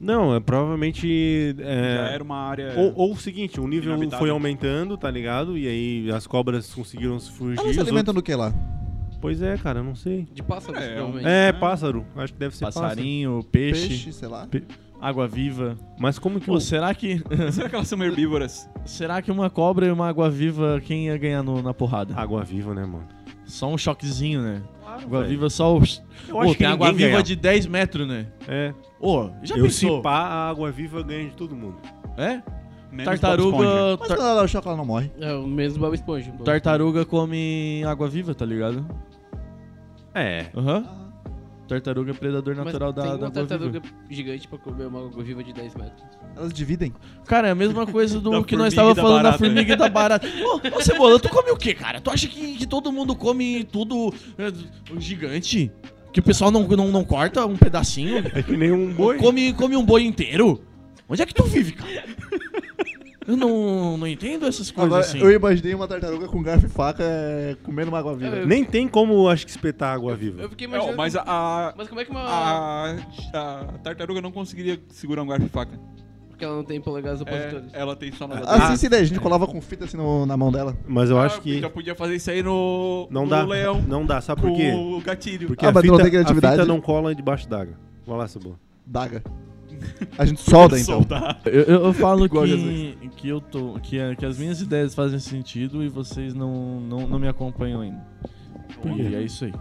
[SPEAKER 1] Não, é provavelmente. é,
[SPEAKER 3] Já era uma área.
[SPEAKER 1] Ou, ou o seguinte, o nível
[SPEAKER 3] Inabitável.
[SPEAKER 1] foi aumentando, tá ligado? E aí as cobras conseguiram se fugir.
[SPEAKER 2] Elas se
[SPEAKER 1] os
[SPEAKER 2] alimentam do que lá?
[SPEAKER 1] outros- Pois é, cara, eu não sei.
[SPEAKER 5] De pássaros,
[SPEAKER 3] É, é um-
[SPEAKER 5] provavelmente.
[SPEAKER 1] É,
[SPEAKER 3] É.
[SPEAKER 1] pássaro. Acho que deve ser pássaro.
[SPEAKER 4] Passarinho, peixe,
[SPEAKER 2] Peixe, sei lá.
[SPEAKER 4] água viva.
[SPEAKER 1] Mas como que
[SPEAKER 4] Pô, será que
[SPEAKER 3] Será que elas são herbívoras?
[SPEAKER 4] será que uma cobra e uma água viva quem ia ganhar no- na porrada?
[SPEAKER 1] Água viva, né, mano?
[SPEAKER 4] Só um choquezinho, né? água
[SPEAKER 1] velho.
[SPEAKER 4] viva só os
[SPEAKER 1] Eu acho que
[SPEAKER 4] tem água
[SPEAKER 1] ninguém
[SPEAKER 4] viva
[SPEAKER 1] ganha.
[SPEAKER 4] de 10 metros, né?
[SPEAKER 1] É.
[SPEAKER 4] Ô, já
[SPEAKER 1] eu
[SPEAKER 4] pensou?
[SPEAKER 1] se pá, a água viva ganha de todo mundo.
[SPEAKER 4] É?
[SPEAKER 3] Menos Bob Esponja.
[SPEAKER 4] Tartaruga,
[SPEAKER 2] Mas
[SPEAKER 4] tar-
[SPEAKER 2] quando ela dá o choque, ela não morre.
[SPEAKER 5] É, o mesmo Bob Esponja. Bob
[SPEAKER 4] tartaruga come água viva, tá ligado?
[SPEAKER 1] É.
[SPEAKER 4] Aham. Tartaruga é predador natural
[SPEAKER 5] Mas
[SPEAKER 4] da,
[SPEAKER 5] tem
[SPEAKER 4] da
[SPEAKER 5] uma
[SPEAKER 4] água
[SPEAKER 5] tartaruga
[SPEAKER 4] viva.
[SPEAKER 5] gigante pra comer uma água viva de 10 metros.
[SPEAKER 2] Elas dividem.
[SPEAKER 4] Cara, é a mesma coisa
[SPEAKER 3] Da
[SPEAKER 4] do que nós
[SPEAKER 3] formiga e
[SPEAKER 4] tava
[SPEAKER 3] da
[SPEAKER 4] falando da
[SPEAKER 3] barata,
[SPEAKER 4] formiga
[SPEAKER 3] né?
[SPEAKER 4] e da barata. Ô, ô Cebola, tu come o quê, cara? Tu acha que, que todo mundo come tudo é, gigante? Que o pessoal não, não, não corta um pedacinho?
[SPEAKER 1] É que nem um boi.
[SPEAKER 4] Come, come um boi inteiro? Onde é que tu vive, cara? Eu não, não entendo essas coisas
[SPEAKER 2] Agora,
[SPEAKER 4] assim.
[SPEAKER 2] eu imaginei uma tartaruga com garfo e faca é, comendo uma água viva.
[SPEAKER 5] Eu-
[SPEAKER 1] Nem tem como, acho que, espetar água
[SPEAKER 5] Eu
[SPEAKER 1] viva.
[SPEAKER 5] fiquei
[SPEAKER 3] É, ó,
[SPEAKER 5] imaginando...
[SPEAKER 3] mas a, Ah. a,
[SPEAKER 5] Mas como é que uma...
[SPEAKER 3] a- a tartaruga não conseguiria segurar um garfo e faca.
[SPEAKER 5] Porque ela não tem polegares
[SPEAKER 3] É,
[SPEAKER 5] opositores.
[SPEAKER 3] ela tem só na
[SPEAKER 2] Assim, se der, a gente colava com fita assim no- na mão dela.
[SPEAKER 1] Mas eu
[SPEAKER 3] Ah,
[SPEAKER 1] acho que
[SPEAKER 3] Já podia fazer isso aí no.
[SPEAKER 1] não
[SPEAKER 3] no
[SPEAKER 1] dá.
[SPEAKER 3] leão.
[SPEAKER 1] Não dá, sabe
[SPEAKER 3] com
[SPEAKER 1] por quê?
[SPEAKER 3] o gatilho.
[SPEAKER 1] Porque
[SPEAKER 2] Ah,
[SPEAKER 1] a,
[SPEAKER 2] mas não
[SPEAKER 1] fita,
[SPEAKER 2] tem
[SPEAKER 1] a
[SPEAKER 2] criatividade?
[SPEAKER 1] fita não cola debaixo d'água. Vai lá, Cebola.
[SPEAKER 2] Daga. A gente solda, então.
[SPEAKER 3] Soltar.
[SPEAKER 4] Eu, eu- eu falo
[SPEAKER 2] Igual
[SPEAKER 4] que,
[SPEAKER 2] Jesus.
[SPEAKER 4] que eu tô. Que, a- que as minhas ideias fazem sentido e vocês não, não, não me acompanham ainda.
[SPEAKER 1] quê?
[SPEAKER 4] E é isso aí.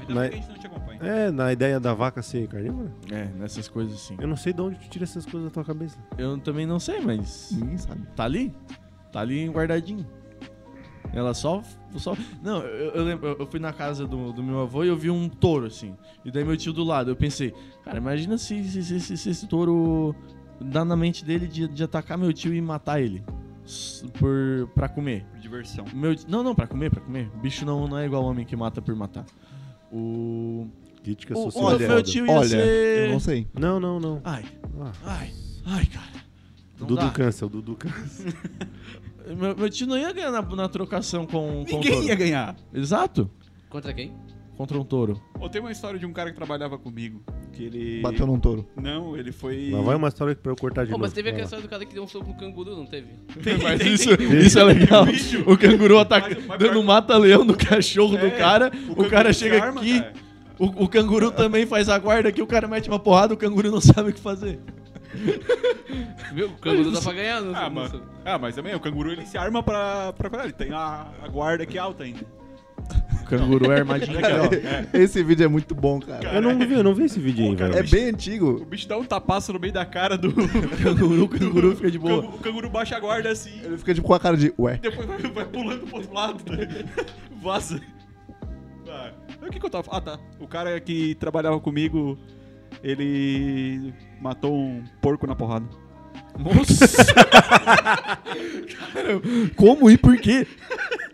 [SPEAKER 3] Ainda
[SPEAKER 1] Mas-
[SPEAKER 3] bem que a gente não te acompanha.
[SPEAKER 1] É, na ideia da vaca ser carnívora?
[SPEAKER 4] É, nessas coisas assim.
[SPEAKER 1] Eu não sei de onde tu tira essas coisas da tua cabeça.
[SPEAKER 4] Eu também não sei, mas.
[SPEAKER 2] Ninguém sabe.
[SPEAKER 4] Tá ali? Tá ali guardadinho. Ela só. só... Não, eu, eu lembro, eu- eu fui na casa do, do meu avô e eu vi um touro, assim. E daí meu tio do lado. Eu pensei, cara, imagina se, se, se, se- se esse touro dá na mente dele de, de atacar meu tio e matar ele. s- Por, pra comer.
[SPEAKER 3] Por diversão.
[SPEAKER 4] Meu, não, não, pra comer, pra comer. Bicho não, não é igual homem que mata por matar. O.
[SPEAKER 1] Crítica
[SPEAKER 4] o-
[SPEAKER 1] social.
[SPEAKER 4] o
[SPEAKER 1] foda.
[SPEAKER 4] meu tio ia
[SPEAKER 2] Olha,
[SPEAKER 4] ser.
[SPEAKER 2] Eu não sei.
[SPEAKER 1] Não, não, não.
[SPEAKER 4] Ai,
[SPEAKER 1] Ah,
[SPEAKER 4] ai, ai, cara. Não
[SPEAKER 1] Dudu
[SPEAKER 4] então dá.
[SPEAKER 1] cansa, o Dudu cansa.
[SPEAKER 4] Meu, meu tio não ia ganhar na, na trocação com, com o
[SPEAKER 3] Ninguém
[SPEAKER 4] touro.
[SPEAKER 3] ia ganhar.
[SPEAKER 4] Exato.
[SPEAKER 3] é.
[SPEAKER 5] Contra quem?
[SPEAKER 4] Contra um touro.
[SPEAKER 3] Ou tem uma história de um cara que trabalhava comigo. Que ele.
[SPEAKER 2] Bateu num touro.
[SPEAKER 3] Não, ele foi.
[SPEAKER 1] Lá vai uma história pra eu cortar de
[SPEAKER 5] Pô,
[SPEAKER 1] novo.
[SPEAKER 5] mas teve a
[SPEAKER 1] Vai lá.
[SPEAKER 5] questão do cara que deu um soco no canguru, não teve?
[SPEAKER 4] Mas isso, isso é legal. O canguru ataca,
[SPEAKER 3] Mas- mas-
[SPEAKER 4] dando um mata-leão no cachorro
[SPEAKER 3] É,
[SPEAKER 4] do cara.
[SPEAKER 3] o
[SPEAKER 4] O,
[SPEAKER 3] canguru
[SPEAKER 4] cara
[SPEAKER 3] se
[SPEAKER 4] chega
[SPEAKER 3] arma,
[SPEAKER 4] aqui.
[SPEAKER 3] cara.
[SPEAKER 4] O, o canguru também faz a guarda aqui. O cara mete uma porrada. O canguru não sabe o que fazer.
[SPEAKER 5] Viu? O canguru dá pra ganhar, não
[SPEAKER 3] Ah,
[SPEAKER 5] não
[SPEAKER 3] mas,
[SPEAKER 5] sei.
[SPEAKER 3] ah, mas também o canguru ele se arma pra. pra ele tem a, a guarda aqui alta ainda.
[SPEAKER 4] O canguru é armadinho.
[SPEAKER 3] Cara,
[SPEAKER 2] Esse vídeo é muito bom, cara.
[SPEAKER 1] Eu não vi, eu não vi esse vídeo aí, velho.
[SPEAKER 2] É bem
[SPEAKER 3] O
[SPEAKER 2] antigo.
[SPEAKER 3] bicho dá um tapaço no meio da cara do.
[SPEAKER 4] O canguru, o canguru fica de boa.
[SPEAKER 3] O canguru baixa a guarda assim.
[SPEAKER 2] Ele fica tipo com a cara de ué.
[SPEAKER 3] Depois vai, vai pulando pro outro lado. tá? Vaza. Ah, o que, que eu tava falando? Ah, tá. O cara que trabalhava comigo, ele matou um porco na porrada.
[SPEAKER 4] Nossa! Cara, como e por quê?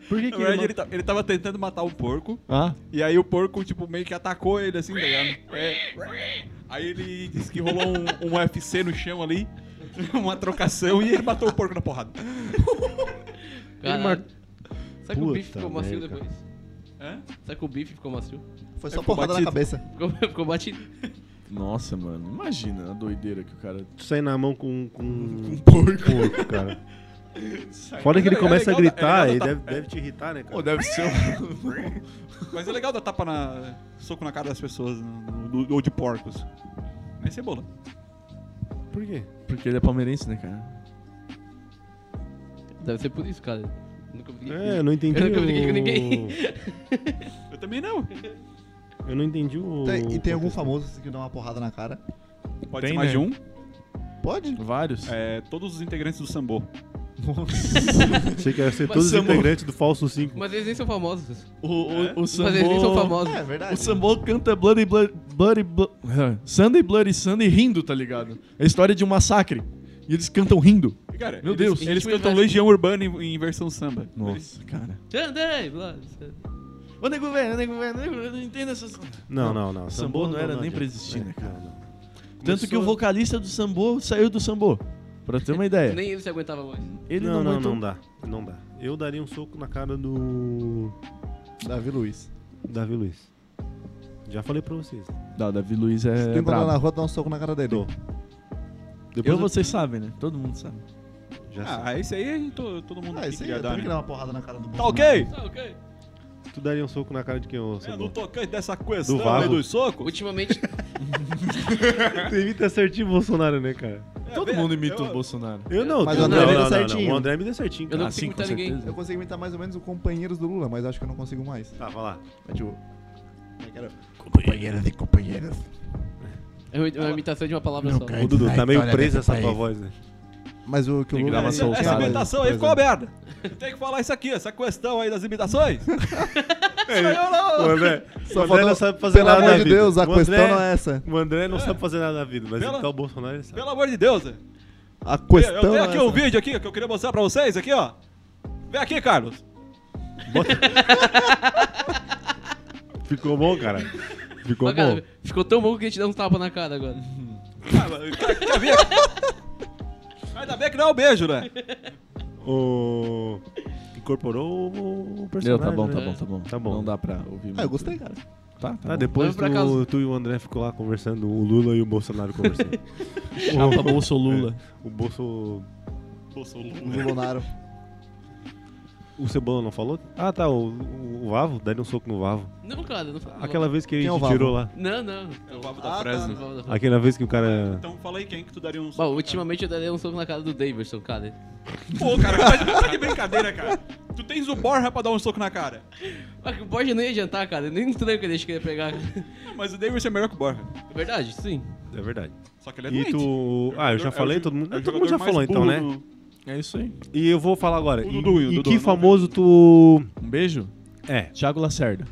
[SPEAKER 4] Por que
[SPEAKER 3] Na
[SPEAKER 4] que
[SPEAKER 3] verdade, ele,
[SPEAKER 4] ele...
[SPEAKER 3] ta- ele tava tentando matar um porco.
[SPEAKER 4] Ah,
[SPEAKER 3] E aí o porco, tipo, meio que atacou ele assim, tá ligado? É. Aí ele disse que rolou um, um UFC no chão ali. Uma trocação e ele matou o porco na porrada.
[SPEAKER 5] Caralho. Será que o bife
[SPEAKER 1] Puta
[SPEAKER 5] ficou macio
[SPEAKER 1] merda.
[SPEAKER 5] depois?
[SPEAKER 3] Hã?
[SPEAKER 5] Será que o bife ficou macio?
[SPEAKER 2] Foi só
[SPEAKER 3] Ele ficou
[SPEAKER 2] porrada na
[SPEAKER 3] batido.
[SPEAKER 2] cabeça.
[SPEAKER 5] Ficou, ficou batido.
[SPEAKER 4] nossa, mano. Imagina a doideira que o cara.
[SPEAKER 1] Tu sai na mão com, com...
[SPEAKER 4] Porco.
[SPEAKER 1] Um porco, cara. Fora que ele
[SPEAKER 3] É
[SPEAKER 1] começa a
[SPEAKER 3] legal da- é
[SPEAKER 1] gritar,
[SPEAKER 3] legal
[SPEAKER 1] ele
[SPEAKER 3] da-
[SPEAKER 1] deve, deve te irritar, né, cara?
[SPEAKER 4] deve ser
[SPEAKER 3] Mas é legal dar tapa na. soco na cara das pessoas, no- no- ou de porcos. Mas cebola.
[SPEAKER 1] Por quê?
[SPEAKER 4] Porque ele é palmeirense, né, cara?
[SPEAKER 5] Deve ser por isso, cara. Nunca briguei com
[SPEAKER 1] É, eu não entendi.
[SPEAKER 5] Eu nunca briguei
[SPEAKER 1] o...
[SPEAKER 5] com ninguém.
[SPEAKER 3] Eu também não.
[SPEAKER 1] Eu não entendi o.
[SPEAKER 2] Tem- Tá, e tem algum
[SPEAKER 1] contexto.
[SPEAKER 2] famoso assim, que dá uma porrada na cara?
[SPEAKER 3] Pode
[SPEAKER 4] Tem,
[SPEAKER 3] ser mais
[SPEAKER 4] né?
[SPEAKER 3] de um.
[SPEAKER 2] Pode?
[SPEAKER 4] Vários.
[SPEAKER 3] É, todos os integrantes do Sambô.
[SPEAKER 1] Achei que ia ser
[SPEAKER 5] Mas
[SPEAKER 1] todos os
[SPEAKER 4] Samu-
[SPEAKER 1] integrantes do Falso 5.
[SPEAKER 5] Mas eles nem são famosos.
[SPEAKER 4] O, o, o Sambo...
[SPEAKER 5] Mas eles nem são famosos.
[SPEAKER 2] É, verdade.
[SPEAKER 4] O Sambo canta Bloody Bloody Bloody, Bloody Sunday Bloody Sunday rindo, tá ligado? É a história de um massacre. E eles cantam rindo.
[SPEAKER 3] Cara,
[SPEAKER 4] Meu
[SPEAKER 3] eles-
[SPEAKER 4] Deus.
[SPEAKER 3] Eles
[SPEAKER 5] Ritmo
[SPEAKER 3] cantam
[SPEAKER 5] e verso.
[SPEAKER 3] Legião Urbana em, em versão samba.
[SPEAKER 4] Nossa, cara.
[SPEAKER 5] Andei, blá, blá.
[SPEAKER 4] Ô, nego velho, ô, nego velho, ô, nego velho, eu não entendo essas...
[SPEAKER 1] Não, não, não.
[SPEAKER 4] Sambô não era nem
[SPEAKER 1] adianta.
[SPEAKER 4] pra existir, né, cara?
[SPEAKER 1] Não, não.
[SPEAKER 4] Tanto que o vocalista do Sambô saiu do Sambô. Pra ter uma ideia.
[SPEAKER 5] Nem ele se aguentava mais.
[SPEAKER 4] Ele
[SPEAKER 1] não,
[SPEAKER 4] não,
[SPEAKER 1] não,
[SPEAKER 4] aguentou.
[SPEAKER 1] não dá. Não dá. Eu daria um soco na cara do
[SPEAKER 2] Davi Luiz.
[SPEAKER 1] Davi Luiz. Já falei pra vocês.
[SPEAKER 4] Não, Davi Luiz
[SPEAKER 2] Se
[SPEAKER 4] é
[SPEAKER 2] tu encontrar na
[SPEAKER 4] brabo.
[SPEAKER 2] rua, dá um soco na cara dele.
[SPEAKER 1] Dou.
[SPEAKER 4] Eu,
[SPEAKER 1] Depois eu,
[SPEAKER 4] vocês sabem, né? Todo mundo sabe.
[SPEAKER 1] já sei.
[SPEAKER 3] Ah, esse aí a gente to- todo mundo
[SPEAKER 2] Ah,
[SPEAKER 3] aqui
[SPEAKER 2] isso aí,
[SPEAKER 1] é
[SPEAKER 3] queria
[SPEAKER 2] eu
[SPEAKER 3] dar,
[SPEAKER 2] tenho
[SPEAKER 3] né?
[SPEAKER 2] que dar uma porrada na cara do
[SPEAKER 3] Tá ok?
[SPEAKER 5] Tá, ok.
[SPEAKER 1] Tu daria um soco na cara de quem, ô
[SPEAKER 3] É,
[SPEAKER 1] Sambô?
[SPEAKER 3] no tocante dessa questão
[SPEAKER 1] Do
[SPEAKER 3] do
[SPEAKER 1] vago.
[SPEAKER 3] aí dos socos.
[SPEAKER 5] Ultimamente,
[SPEAKER 3] né?
[SPEAKER 1] Tu imita certinho o Bolsonaro, né, cara?
[SPEAKER 4] Todo
[SPEAKER 3] é,
[SPEAKER 4] mundo imita
[SPEAKER 3] eu-
[SPEAKER 4] o Bolsonaro.
[SPEAKER 1] Eu não.
[SPEAKER 2] Mas
[SPEAKER 1] tu-
[SPEAKER 5] o André
[SPEAKER 1] não,
[SPEAKER 5] me deu
[SPEAKER 1] não, não, não.
[SPEAKER 2] certinho.
[SPEAKER 1] O André me deu certinho,
[SPEAKER 5] eu
[SPEAKER 1] cara.
[SPEAKER 5] não
[SPEAKER 4] Ah, sim,
[SPEAKER 5] consigo
[SPEAKER 4] com
[SPEAKER 5] imitar ninguém.
[SPEAKER 4] certeza.
[SPEAKER 2] Eu consigo imitar mais ou menos o Companheiros do Lula, mas acho que eu não consigo mais.
[SPEAKER 1] Tá, vai lá.
[SPEAKER 2] É tipo... como é que era? Companheiros e companheiras.
[SPEAKER 5] É uma imitação de uma palavra só.
[SPEAKER 1] Ô, Dudu, tá meio preso essa tua
[SPEAKER 2] país.
[SPEAKER 1] voz, né?
[SPEAKER 2] Mas o que o
[SPEAKER 4] Tem que dar uma
[SPEAKER 2] Lula... é, ele
[SPEAKER 4] soltada.
[SPEAKER 3] Essa
[SPEAKER 2] tinha,
[SPEAKER 4] Cara,
[SPEAKER 3] imitação
[SPEAKER 2] por
[SPEAKER 3] aí ficou uma
[SPEAKER 2] exemplo.
[SPEAKER 3] merda. Tem que falar isso aqui, essa questão aí das imitações.
[SPEAKER 1] O André, o
[SPEAKER 2] Só
[SPEAKER 1] André
[SPEAKER 2] faltou-
[SPEAKER 1] não sabe fazer
[SPEAKER 2] Pelo
[SPEAKER 1] nada
[SPEAKER 2] amor
[SPEAKER 1] na
[SPEAKER 2] de
[SPEAKER 1] vida.
[SPEAKER 2] Deus, a
[SPEAKER 1] O
[SPEAKER 2] questão
[SPEAKER 1] André-
[SPEAKER 2] não é essa.
[SPEAKER 1] O André não sabe fazer nada na vida, mas
[SPEAKER 3] Pela-
[SPEAKER 1] então o Bolsonaro ele sabe.
[SPEAKER 3] Pelo amor de Deus. né?
[SPEAKER 2] A
[SPEAKER 3] Eu
[SPEAKER 2] questão
[SPEAKER 3] tenho
[SPEAKER 2] não
[SPEAKER 3] aqui
[SPEAKER 2] é
[SPEAKER 3] um
[SPEAKER 2] essa.
[SPEAKER 3] vídeo aqui que eu queria mostrar pra vocês aqui, ó. Vem aqui, Carlos.
[SPEAKER 1] Ficou bom, cara? Ficou
[SPEAKER 5] Mas,
[SPEAKER 1] bom.
[SPEAKER 5] cara, ficou tão bom que a gente dá um tapa na cara agora.
[SPEAKER 3] Ah, mas- quer- quer ver? Ainda bem que não é um beijo, né?
[SPEAKER 1] O... Incorporou o, o
[SPEAKER 4] Não,
[SPEAKER 1] personagem.
[SPEAKER 4] tá bom,
[SPEAKER 1] né?
[SPEAKER 4] tá bom, tá bom.
[SPEAKER 1] Tá bom.
[SPEAKER 4] Não dá pra ouvir.
[SPEAKER 2] Ah, eu gostei, cara.
[SPEAKER 4] Tá, tá.
[SPEAKER 1] Ah,
[SPEAKER 4] bom.
[SPEAKER 1] depois
[SPEAKER 5] Vamos pra
[SPEAKER 1] tu,
[SPEAKER 5] casa.
[SPEAKER 1] tu e o André ficou lá conversando, o Lula e o Bolsonaro conversando.
[SPEAKER 4] Chapa Bolso Lula.
[SPEAKER 1] o Bolso. um
[SPEAKER 3] Ah,
[SPEAKER 2] O Lulonaro.
[SPEAKER 1] O Cebola não falou? Ah, tá. O, o, o Vavo, daria um soco no Vavo.
[SPEAKER 5] Não, cara, não fala.
[SPEAKER 1] Aquela vez que a
[SPEAKER 2] Quem é o
[SPEAKER 1] gente
[SPEAKER 2] Vavo?
[SPEAKER 1] tirou lá.
[SPEAKER 5] Não, não.
[SPEAKER 3] É o Babo
[SPEAKER 2] Ah,
[SPEAKER 3] da
[SPEAKER 2] tá.
[SPEAKER 3] Fresno.
[SPEAKER 5] Não, não.
[SPEAKER 1] Aquela vez que o cara.
[SPEAKER 3] Então fala aí quem que tu daria um soco.
[SPEAKER 5] Bom, ultimamente eu daria um soco na cara do Davidson, cara.
[SPEAKER 3] Pô, cara, mas tá de brincadeira, cara. Tu tens o Borja pra dar um soco na cara.
[SPEAKER 5] Mas Ah, o Borja não ia adiantar, cara. Eu nem estranho que ele queria pegar.
[SPEAKER 3] Mas o Davis é melhor que o Borja.
[SPEAKER 5] Verdade, sim.
[SPEAKER 1] É verdade.
[SPEAKER 3] Só que ele é
[SPEAKER 1] E
[SPEAKER 3] doente.
[SPEAKER 1] tu. Ah, eu
[SPEAKER 3] É
[SPEAKER 1] já
[SPEAKER 3] o
[SPEAKER 1] falei,
[SPEAKER 3] ju-
[SPEAKER 1] todo mundo.
[SPEAKER 3] é o
[SPEAKER 1] todo mundo já
[SPEAKER 3] jogador mais
[SPEAKER 1] falou então, né?
[SPEAKER 3] burro do-
[SPEAKER 4] É isso aí.
[SPEAKER 1] E eu vou falar agora. E,
[SPEAKER 3] O Dudu, o
[SPEAKER 1] e
[SPEAKER 3] Dudu, né?
[SPEAKER 1] que
[SPEAKER 3] não,
[SPEAKER 1] famoso tu.
[SPEAKER 4] Um beijo.
[SPEAKER 1] É,
[SPEAKER 4] Thiago Lacerda.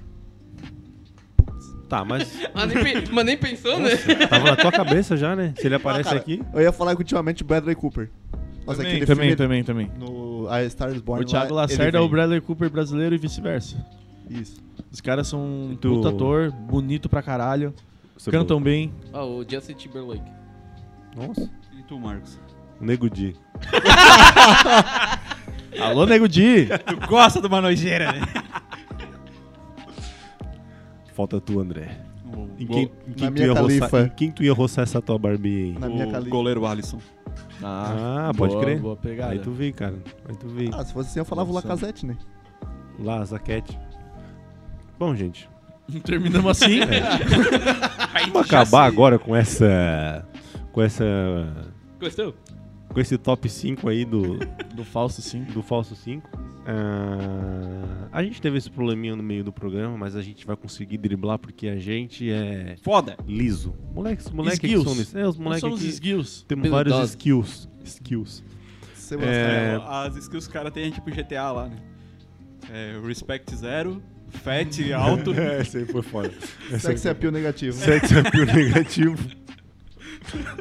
[SPEAKER 1] tá, mas.
[SPEAKER 5] Mas Ah, nem, pe- mas nem pensou, né?
[SPEAKER 1] Tava na tua cabeça já, né? Se ele aparece
[SPEAKER 2] Cara,
[SPEAKER 1] aqui.
[SPEAKER 2] Eu ia falar que ultimamente o Bradley Cooper. Nossa,
[SPEAKER 4] Também,
[SPEAKER 2] aquele
[SPEAKER 4] também, também,
[SPEAKER 2] filme
[SPEAKER 4] também.
[SPEAKER 2] no A Star is Born
[SPEAKER 4] O Thiago
[SPEAKER 2] lá, ele
[SPEAKER 4] Lacerda é o
[SPEAKER 2] vem.
[SPEAKER 4] Bradley Cooper brasileiro e vice-versa.
[SPEAKER 2] Isso.
[SPEAKER 4] Os caras são um
[SPEAKER 1] E tu-
[SPEAKER 4] puta ator, bonito pra caralho,
[SPEAKER 1] Cebola.
[SPEAKER 2] um.
[SPEAKER 4] cantam bem.
[SPEAKER 5] Ó, Ah, o Justin Timberlake.
[SPEAKER 1] Nossa.
[SPEAKER 3] E tu, Marcos?
[SPEAKER 1] Nego Di.
[SPEAKER 4] Alô, Nego Di!
[SPEAKER 3] Tu gosta de uma nojeira, né?
[SPEAKER 1] Falta tu, André. Em
[SPEAKER 2] Bom,
[SPEAKER 1] quem, em quem
[SPEAKER 2] na
[SPEAKER 1] tu
[SPEAKER 2] minha
[SPEAKER 1] ia roçar,
[SPEAKER 2] califa.
[SPEAKER 1] em quem tu ia roçar essa tua barbinha aí?
[SPEAKER 2] Na minha califa.
[SPEAKER 3] goleiro Alisson.
[SPEAKER 1] Ah, pode
[SPEAKER 4] boa,
[SPEAKER 1] crer.
[SPEAKER 4] Boa pegada.
[SPEAKER 1] Aí tu vem, cara. Aí tu vem.
[SPEAKER 2] Ah, se fosse assim eu falava o
[SPEAKER 4] Nossa.
[SPEAKER 2] Lacazette, né?
[SPEAKER 1] Lá, Zaquete. Bom, gente.
[SPEAKER 4] Terminamos assim.
[SPEAKER 1] É, Vamos acabar agora com essa. Com essa.
[SPEAKER 5] Gostou?
[SPEAKER 1] Com esse top 5 aí do,
[SPEAKER 4] Do falso sim.
[SPEAKER 1] do Falso 5. Ah, a gente teve esse probleminha no meio do programa, mas a gente vai conseguir driblar porque a gente é
[SPEAKER 3] Foda.
[SPEAKER 1] liso. Moleque, os moleque
[SPEAKER 4] Skills.
[SPEAKER 1] que são lisos. É, os moleques
[SPEAKER 4] Somos
[SPEAKER 1] que
[SPEAKER 4] esguios.
[SPEAKER 1] temos
[SPEAKER 5] Habilidosos.
[SPEAKER 1] vários skills. Skills.
[SPEAKER 2] Segurança.
[SPEAKER 1] É.
[SPEAKER 3] As skills que os caras têm é tipo GTA lá, né? É, respect zero, fat alto.
[SPEAKER 1] Essa É, aí foi foda. Essa aí
[SPEAKER 2] Sex appeal é negativo.
[SPEAKER 1] Sex appeal negativo.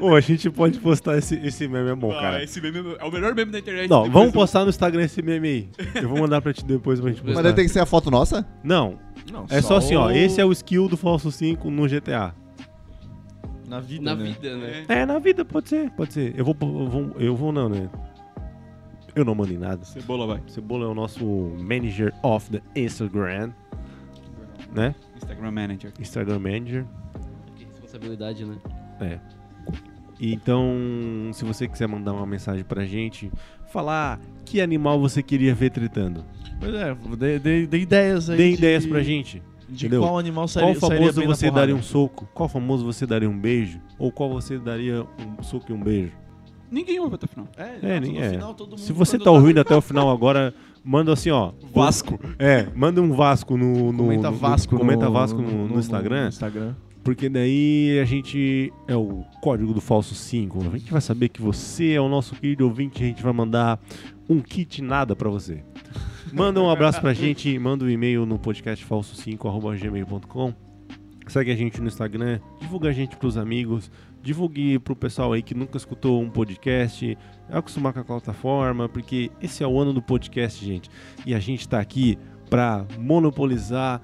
[SPEAKER 1] Ô, a gente pode postar esse, esse meme, é bom,
[SPEAKER 3] Ah,
[SPEAKER 1] cara.
[SPEAKER 3] esse meme é o melhor meme da internet.
[SPEAKER 1] Não,
[SPEAKER 3] Depois
[SPEAKER 1] vamos
[SPEAKER 3] do-
[SPEAKER 1] postar no Instagram esse meme aí. Eu vou mandar pra ti depois pra gente
[SPEAKER 5] Mas
[SPEAKER 1] postar.
[SPEAKER 2] Mas daí tem que ser a foto nossa?
[SPEAKER 1] Não,
[SPEAKER 4] Não,
[SPEAKER 1] é só assim, ó.
[SPEAKER 4] o-
[SPEAKER 1] Esse é o skill do Falso 5 no GTA.
[SPEAKER 4] Na vida,
[SPEAKER 5] Na
[SPEAKER 4] né?
[SPEAKER 5] vida, né?
[SPEAKER 3] É.
[SPEAKER 1] É, na vida, pode ser, pode ser. Eu vou, eu vou, eu vou não, né? Eu não mando em nada.
[SPEAKER 3] Cebola vai.
[SPEAKER 1] Cebola é o nosso manager of the Instagram, né?
[SPEAKER 3] Instagram Manager.
[SPEAKER 1] Instagram manager.
[SPEAKER 5] Que responsabilidade, né?
[SPEAKER 1] É. Então, se você quiser mandar uma mensagem pra gente, falar que animal você queria ver tritando.
[SPEAKER 4] Pois é, dê, dê- dê ideias aí.
[SPEAKER 1] Dê
[SPEAKER 4] de-
[SPEAKER 1] ideias pra gente.
[SPEAKER 4] De
[SPEAKER 1] entendeu?
[SPEAKER 4] qual animal
[SPEAKER 1] Qual
[SPEAKER 4] sairia, sairia
[SPEAKER 1] famoso
[SPEAKER 4] bem na
[SPEAKER 1] você
[SPEAKER 4] porrada?
[SPEAKER 1] daria um soco? Qual famoso você daria um beijo? Ou qual você daria um soco e um beijo?
[SPEAKER 3] Ninguém ouve até o final.
[SPEAKER 4] É,
[SPEAKER 1] É,
[SPEAKER 4] nossa,
[SPEAKER 1] nem-
[SPEAKER 4] no
[SPEAKER 1] é.
[SPEAKER 4] final todo mundo
[SPEAKER 1] Se você
[SPEAKER 4] quando
[SPEAKER 1] tá ouvindo até o final agora, manda assim, ó.
[SPEAKER 3] Vasco.
[SPEAKER 1] É, manda um Vasco no. no
[SPEAKER 4] Comenta
[SPEAKER 1] no-
[SPEAKER 4] Vasco, no,
[SPEAKER 1] comenta Vasco no, no
[SPEAKER 4] no
[SPEAKER 1] Instagram.
[SPEAKER 4] Instagram.
[SPEAKER 1] Porque daí a gente é o código do falso 5. A gente vai saber que você é o nosso querido ouvinte. A gente vai mandar um kit nada pra você. Manda um abraço pra gente, manda um e-mail no podcast falso5@gmail.com. Segue a gente no Instagram, divulga a gente pros amigos, divulgue pro pessoal aí que nunca escutou um podcast, é acostumar com a plataforma, porque esse é o ano do podcast, gente. E a gente tá aqui pra monopolizar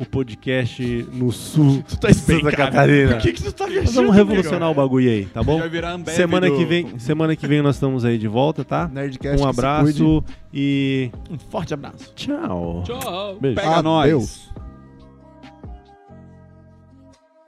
[SPEAKER 1] o podcast no sul
[SPEAKER 4] Tu tá
[SPEAKER 1] de Santa
[SPEAKER 4] espancado.
[SPEAKER 1] Catarina.
[SPEAKER 4] Por que, que tu tá viajando?
[SPEAKER 1] Nós vamos revolucionar o bagulho aí, tá bom?
[SPEAKER 3] Vai virar
[SPEAKER 4] um
[SPEAKER 3] Ambev
[SPEAKER 1] Semana
[SPEAKER 3] do-
[SPEAKER 1] que vem, semana que vem nós estamos aí de volta, tá?
[SPEAKER 2] Nerdcast.
[SPEAKER 1] Um
[SPEAKER 2] que se cuide.
[SPEAKER 1] abraço e
[SPEAKER 4] Um forte abraço.
[SPEAKER 1] tchau.
[SPEAKER 5] Tchau.
[SPEAKER 1] Beijo.
[SPEAKER 3] Pega nós.
[SPEAKER 2] Adeus.